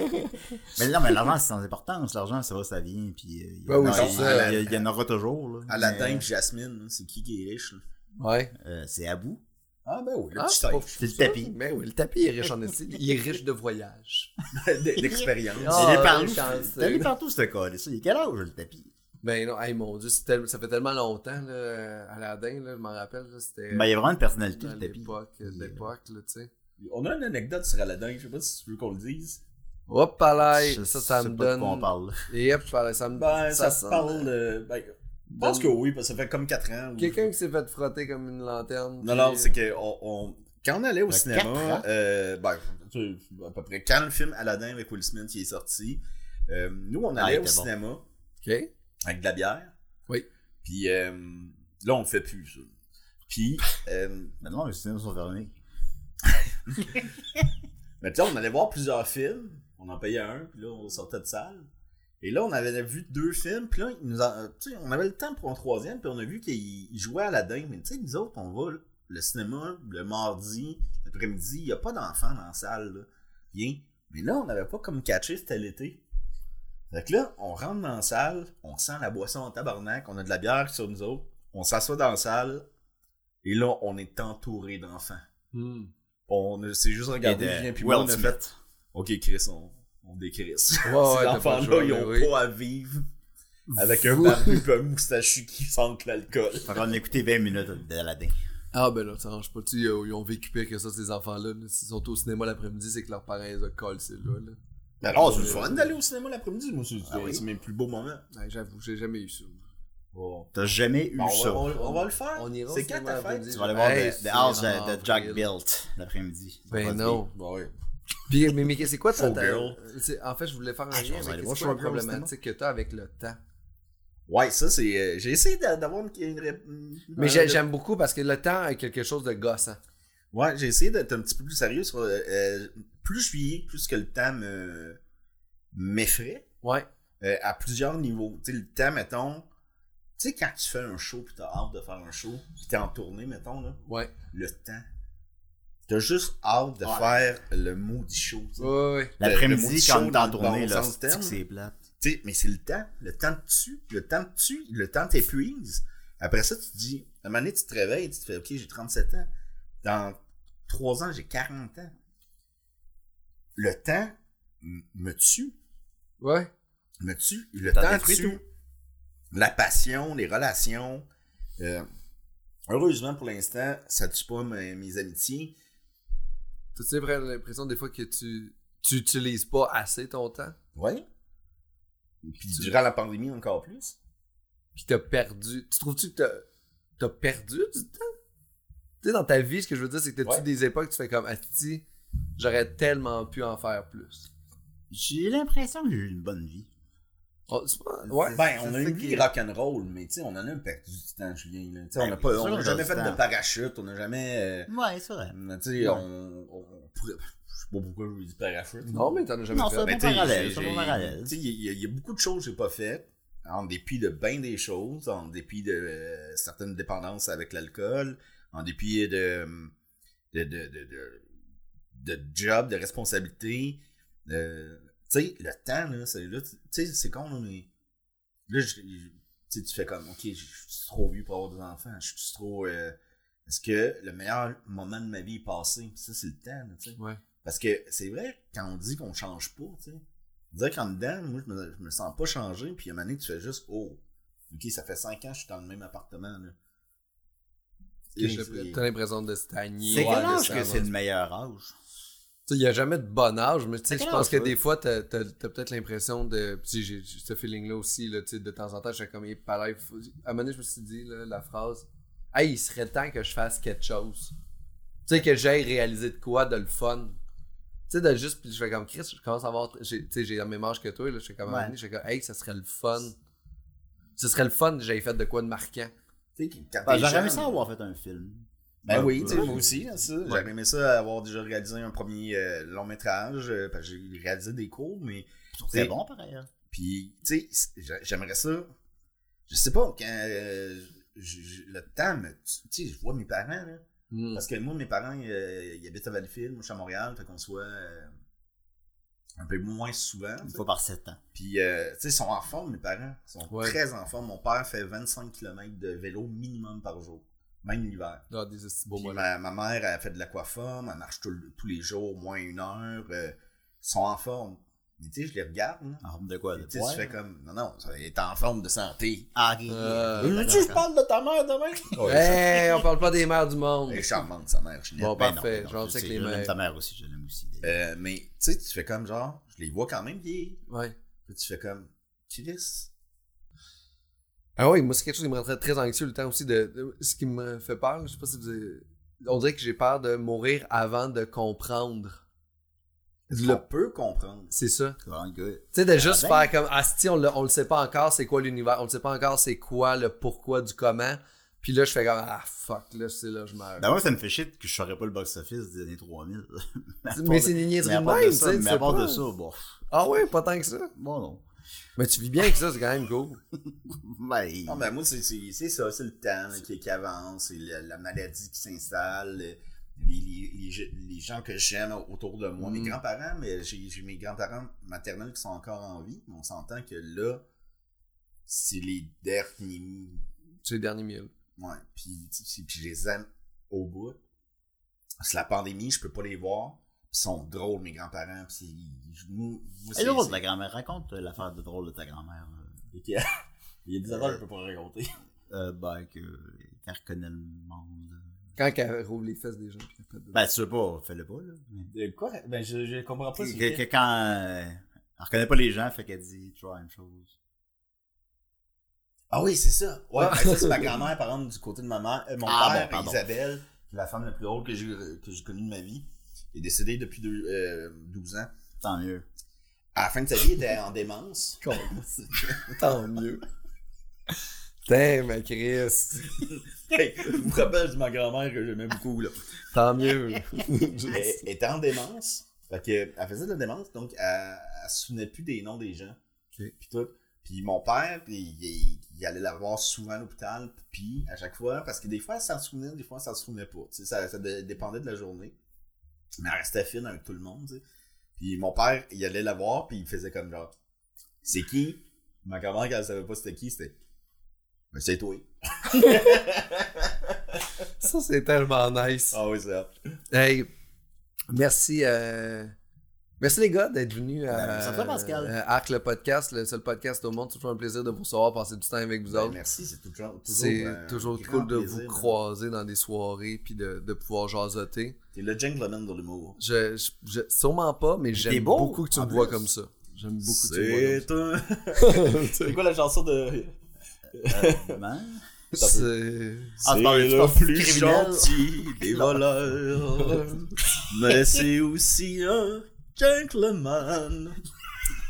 mais non, mais l'argent, c'est sans importance. L'argent, ça va, ça vient. Puis, euh, il, y Ben oui, en a- c'est il- ça. il y a- il y en aura toujours. là. À la Mais, dingue, Jasmine, hein, c'est qui qui est riche? là? Ouais. euh, c'est à bout. Ah, ben oui, le Ah, petit pas type. fou, C'est le ça. tapis. Mais oui, le tapis il est riche en esti. Il est riche de voyage. d- d'expérience. Ah, il est ouais, partout. chanceux. Il est partout, ce cas-là. Il quel âge, le tapis Ben non, hey, mon dieu, c'est tel- ça fait tellement longtemps, là, Aladdin, là, je m'en rappelle, là, c'était Ben, il y a vraiment une personnalité, dans le tapis. l'époque, Il- l'époque, là, tu sais. On a une anecdote sur Aladdin, je sais pas si tu veux qu'on le dise. Hop, palais, Je ça, ça sais me pas de quoi on donne. parle. là. Et hop, palais, ça me Ben, ça, sent- se parle. euh, ben, je pense que oui, parce que ça fait comme 4 ans. où- Quelqu'un qui s'est fait frotter comme une lanterne. Non, puis- non, c'est que on, on- quand on allait au euh, Ben, quatre ans. cinéma, euh, ben, tu sais, à peu près, quand le film Aladdin avec Will Smith qui est sorti, euh, nous, on Ah, allait il au était bon. cinéma euh, Ok. avec de la bière. Oui. Puis euh, là, on le fait plus, ça. Puis, euh, Maintenant, les cinémas sont fermés. Mais tu sais, on allait voir plusieurs films, on en payait un, puis là, on sortait de salle. Et là, on avait vu deux films, puis là, il nous a- tu sais, on avait le temps pour un troisième, puis on a vu qu'il il jouait à la dingue. Mais tu sais, nous autres, on va là, le cinéma le mardi, l'après-midi, il n'y a pas d'enfants dans la salle. Là. Rien. Mais là, on n'avait pas comme catché, c'était l'été. Fait que là, on rentre dans la salle, on sent la boisson en tabarnak, on a de la bière sur nous autres, on s'assoit dans la salle, et là, on est entouré d'enfants. Hmm. On a- c'est juste regardé Et de bien puis Will moi, on a Smith. fait OK Chris on, on décrisse. Ouais, Ces ouais, t'as pas enfants-là, le choix, ils mais ont oui. pas à vivre avec un Vous- barbu et un moustachu qui sentent l'alcool. Fait qu'on a écouté 20 minutes d'Aladin. Ah ben là, ça range pas. Tu sais, ils ont vécu pire que ça, ces enfants-là. là. S'ils sont au cinéma l'après-midi, c'est que leurs parents les ont collés, c'est là. là. Mais Ben non, c'est le fun d'aller au cinéma l'après-midi, moi c'est Ah oui. c'est mes plus beaux moments. Ouais, J'avoue, j'ai jamais eu ça. T'as jamais eu Bon, Oh. Ben, on, ça. va, on- on va le faire. On ira au C'est quand cinéma ta l'après-midi. fête? Tu vas aller voir Hey, The, The House c'est de, en de Jack avril. Built l'après-midi. Ben Pas non. Bon, Bah ouais. Puis, mais, mais c'est quoi ta... Oh, ta- girl. c'est- En fait, je voulais faire un Ah, je lien vais aller avec voir c'est quoi la Showgirls au problématique que t'as avec le temps. Ouais, ça c'est. euh, j'ai essayé d'a- d'avoir une. une ré- une- Mais j'ai- j'aime beaucoup parce que le temps est quelque chose de gossant. Ouais, j'ai essayé d'être un petit peu plus sérieux sur. euh, euh, plus je suis, plus que le temps me. m'effraie. Ouais. euh, à plusieurs niveaux. Tu sais, le temps, mettons, tu sais, quand tu fais un show, puis t'as hâte de faire un show, puis t'es en tournée, mettons, là, Ouais. le temps. T'as juste hâte de Ouais. faire le maudit show. tu sais. Ouais, ouais. Le- le mot L'après-midi, show quand t'es dans en le tournée, bon là, sens du c'est terme. que c'est plate. Tu sais, mais c'est le temps. Le temps te tue. Le temps te tue. Le temps t'épuise. Après ça, tu te dis, à un moment donné, tu te réveilles, tu te fais, OK, j'ai 37 ans. Dans 3 ans, j'ai 40 ans. Le temps m- me tue. Ouais. me tue. Le T'as temps détruit tue. tout. La passion, les relations. Euh, heureusement, pour l'instant, ça tue pas mes, mes amitiés. Tu sais, j'ai l'impression des fois que tu tu utilises pas assez ton temps, Ouais. Puis durant la pandémie, encore plus. puis t'as perdu. Tu trouves-tu que t'as t'as perdu du temps? Tu sais, dans ta vie, ce que je veux dire, c'est que t'as-tu Ouais. des époques que tu fais comme Asti, j'aurais tellement pu en faire plus. J'ai l'impression que j'ai eu une bonne vie. Oh, c'est pas- ben, ouais. c'est on a ça une qui vie est- rock'n'roll, mais tu sais, on en a perdu du temps, Julien. là. Tu sais, on Ben n'a oui, pas- sûr, on on n'a a jamais du fait de temps. parachute, on n'a jamais. Ouais, c'est vrai. euh, tu sais, Non. on, on pourrait. Je sais pas pourquoi je vous dis parachute. Non, mais t'en as jamais Non, fait. ça- Ben, Bon t'sais, parallèle, j'ai- c'est un bon j'ai- parallèle. t'sais, Il y, a- il y a beaucoup de choses que j'ai pas faites, en dépit de bien des choses, en dépit de euh, certaines dépendances avec l'alcool, en dépit de de, de, de, de, de job, de responsabilité. Euh, tu sais, le temps, là, c'est là, tu sais, c'est con, là, mais là, je- je- tu sais, tu fais comme, ok, je suis trop vieux pour avoir des enfants, je suis trop. euh, Est-ce que le meilleur moment de ma vie est passé? Ça, c'est le temps, là, ben, tu sais. Ouais. Parce que c'est vrai, quand on dit qu'on change pas, tu sais, on dirait qu'en dedans, moi, je me, je me sens pas changé, puis à un moment donné, tu fais juste, oh, ok, ça fait 5 ans que je suis dans le même appartement, là. Que Et j'ai- c'est- T'as l'impression de stagner. C'est ouais, quel de âge stagner. que c'est le meilleur âge? Tu sais, il n'y a jamais de bon âge, mais tu sais, À quel je pense âge, que toi? des fois, t'as as, peut-être l'impression de. Puis tu sais, j'ai j'ai ce feeling-là aussi, là, tu sais, de temps en temps, je fais comme il pareil. faut- À un moment donné, je me suis dit là, la phrase Hey, il serait temps que je fasse quelque chose. Tu sais, que j'aille réaliser de quoi, de le fun. Tu sais, de juste. Puis je fais comme Chris, je commence à avoir. j'ai- Tu sais, j'ai la même âge que toi, là, je fais comme. à un moment Ouais. donné, Je fais comme Hey, ça serait le fun. Ce serait le fun que j'aille fait de quoi de marquant. Tu sais, quand Ben, t'es J'aurais jeune, aimé ça avoir fait un film. Ben oui, Ouais. tu sais, moi aussi, là, ça. J'aurais aimé ça avoir déjà réalisé un premier euh, long métrage, euh, parce que j'ai réalisé des cours, mais C'est bon, pareil. hein. Puis, tu sais, c'est- j'a- j'aimerais ça. Je sais pas, quand euh, j- j- le temps me. Tu sais, je vois mes parents, là. Hmm. Parce que moi, mes parents, euh, ils habitent à Valleyfield, moi, je suis à Montréal, fait qu'on soit euh, un peu moins souvent. tu Une sais. fois par 7 ans. Puis, euh, tu sais, ils sont en forme, mes parents. Ils sont Ouais. très en forme. Mon père fait 25 km de vélo minimum par jour, même l'hiver. Ah, des hosties de beaux Puis mollets. ma, ma mère, elle fait de l'aquaforme, elle marche tout le- tous les jours, au moins une heure. euh, ils sont en forme. Mais tu sais, je les regarde. Ah, là. En forme de quoi? Puis De tu sais, je poil? fais comme, non, non, ça, elle est en forme de santé. Ah, ok, ok, Euh, ok, Veux-tu d'accord. Ben que je parle de ta mère demain? Ouais, Hey, on parle pas des mères du monde. Elle est charmante, sa mère, Ginette. Bon, Ben non, parfait, ben non, j'en je sais que sais, les je l'aime, mères. ta mère aussi, je l'aime aussi. d'ailleurs. Euh, mais tu sais, tu fais comme genre, je les vois quand même vieillir. Ouais. Puis tu fais comme, Chris. Ah oui, moi c'est quelque chose qui me rend très, très anxieux le temps aussi de, de- ce qui me fait peur, je sais pas si vous avez- on dirait que j'ai peur de mourir avant de comprendre. Le peut comprendre. C'est ça. C'est vraiment good. Tu sais de juste ah, ben. faire comme asti, on le, on le sait pas encore c'est quoi l'univers, on le sait pas encore c'est quoi le pourquoi du comment, Puis là, je fais comme, ah fuck, là, c'est là, je meurs. Ben moi, ça me fait shit que je saurais pas le box-office des années 3000. à part mais de- c'est une niaiserie mais à de part même, de tu ça, sais. tu mais sais à part pas. de ça, bon. Ah ouais, pas tant que ça. Bon, non. Mais tu vis bien avec ça, c'est quand même cool. Ben, Non, ben moi, c'est- c'est c'est ça, c'est le temps là, qui, qui avance, c'est la, la maladie qui s'installe, le- les, les- les je- les gens que j'aime autour de moi, Mm. mes grands-parents, mais j'ai j'ai mes grands-parents maternels qui sont encore en vie, mais on s'entend que là, c'est les derniers. C'est les derniers mille. Ouais, puis, puis- puis je les aime au bout. C'est la pandémie, je peux pas les voir. Ils sont drôles, mes grands-parents. puis c'est- je- moi, moi, c'est c'est- drôle, c'est- ta grand-mère. Raconte euh, l'affaire de drôle de ta grand-mère. Il y a des affaires que je peux pas raconter. Euh, ben, que, qu'elle reconnaît le monde. euh. Quand elle rouvre les fesses des gens. puis elle fait de- Ben, tu sais pas, fais-le pas, là. Mais- De quoi? Ben, je, je comprends pas. Que, c'est que- lequel. que quand euh, elle reconnaît pas les gens, fait qu'elle dit tu vois une chose. Ah oui, c'est ça. Ouais, Ah. ben ça, c'est ma grand-mère, par exemple, du côté de ma mère. euh, mon Ah, père, bon, pardon. Isabelle, la femme la plus drôle que j'ai que j'ai connue de ma vie, est décédée depuis deux- euh, 12 ans. Tant mieux. À la fin de sa vie, elle était en démence. Tant mieux. Putain, ma Chris. Hey, je me rappelle de ma grand-mère que j'aimais beaucoup. Là. Tant mieux. Elle elle était en démence. Fait que, elle faisait de la démence, donc elle, elle se souvenait plus des noms des gens. Ok. Puis tout. Puis mon père, puis il, il allait la voir souvent à l'hôpital, puis à chaque fois, parce que des fois, elle s'en souvenait, des fois, elle s'en souvenait pas. Tu sais, ça, ça dé- dépendait de la journée. Mais elle restait fine avec tout le monde, tu sais. Puis mon père, il allait la voir, puis il faisait comme genre, c'est qui? Ma grand-mère, quand elle savait pas c'était qui, c'était, ben c'est toi. Ça, c'est tellement nice. Ah oui, c'est ça. Hey, merci. euh, Merci les gars d'être venus à, Ben, ça fait Pascal. à Arc le podcast, le seul podcast au monde. C'est toujours un plaisir de vous recevoir, passer du temps avec vous Ben, autres. merci, c'est toujours, toujours C'est un toujours ben, grand cool de plaisir, vous man. croiser dans des soirées puis de, de pouvoir jasoter. hein. T'es le gentleman de l'humour. Je, je- je- sûrement pas, mais t'es j'aime beau, beaucoup que tu en me vois plus. comme ça. J'aime beaucoup que tu me vois C'est un- comme ça. C'est quoi la chanson de. Euh, ben, C'est- Ah, c'est pas- c'est pas criminel. des voleurs. mais c'est aussi un gentleman.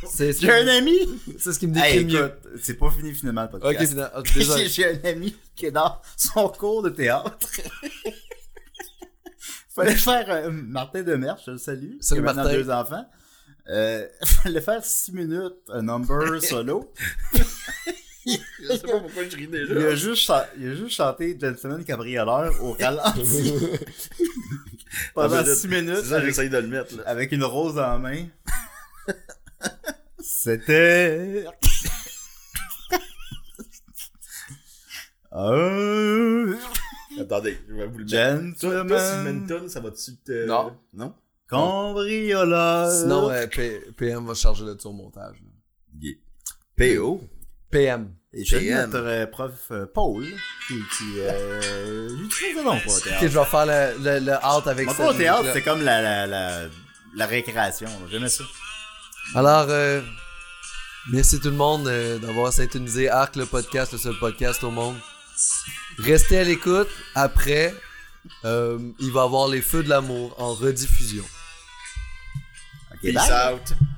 C'est J'ai un c'est- ami! c'est ce qui me décrit Hey, mieux. écoute, c'est pas fini finalement le Ok, podcast. finalement. Ah, J'ai- désolé. J'ai un ami qui est dans son cours de théâtre. fallait faire euh, Martin Demers, je le salue. Salut, qui a maintenant Martin. deux enfants. Euh, fallait faire 6 minutes, un number solo. Je sais pas pourquoi je ris déjà. Il a juste, chan- il a juste chanté Gentleman Cabrioleur au ralenti. Pendant Ah, mais 6 C'est minutes, ça, j'essaye de le mettre. Là. avec une rose en main. C'était. Euh, Attendez, je vais vous le mettre. Toi, toi, si je mets une Gentleman, tonne, ça va-tu te. Non. Non? cambrioleur. Sinon, euh, P- PM va se charger de tout au montage. là. PO. PM. Et je PM. notre euh, prof euh, Paul, qui, qui euh, lui dit non pas au Ok, je théâtre. vais faire le, le, le out avec Moi, cette au théâtre, musique-là. c'est comme la, la, la, la récréation. là. J'aimais ça. Alors, euh, merci tout le monde euh, d'avoir syntonisé Arc, le podcast, le seul podcast au monde. Restez à l'écoute. Après, euh, il va y avoir les Feux de l'amour en rediffusion. Ok, Peace bye. out.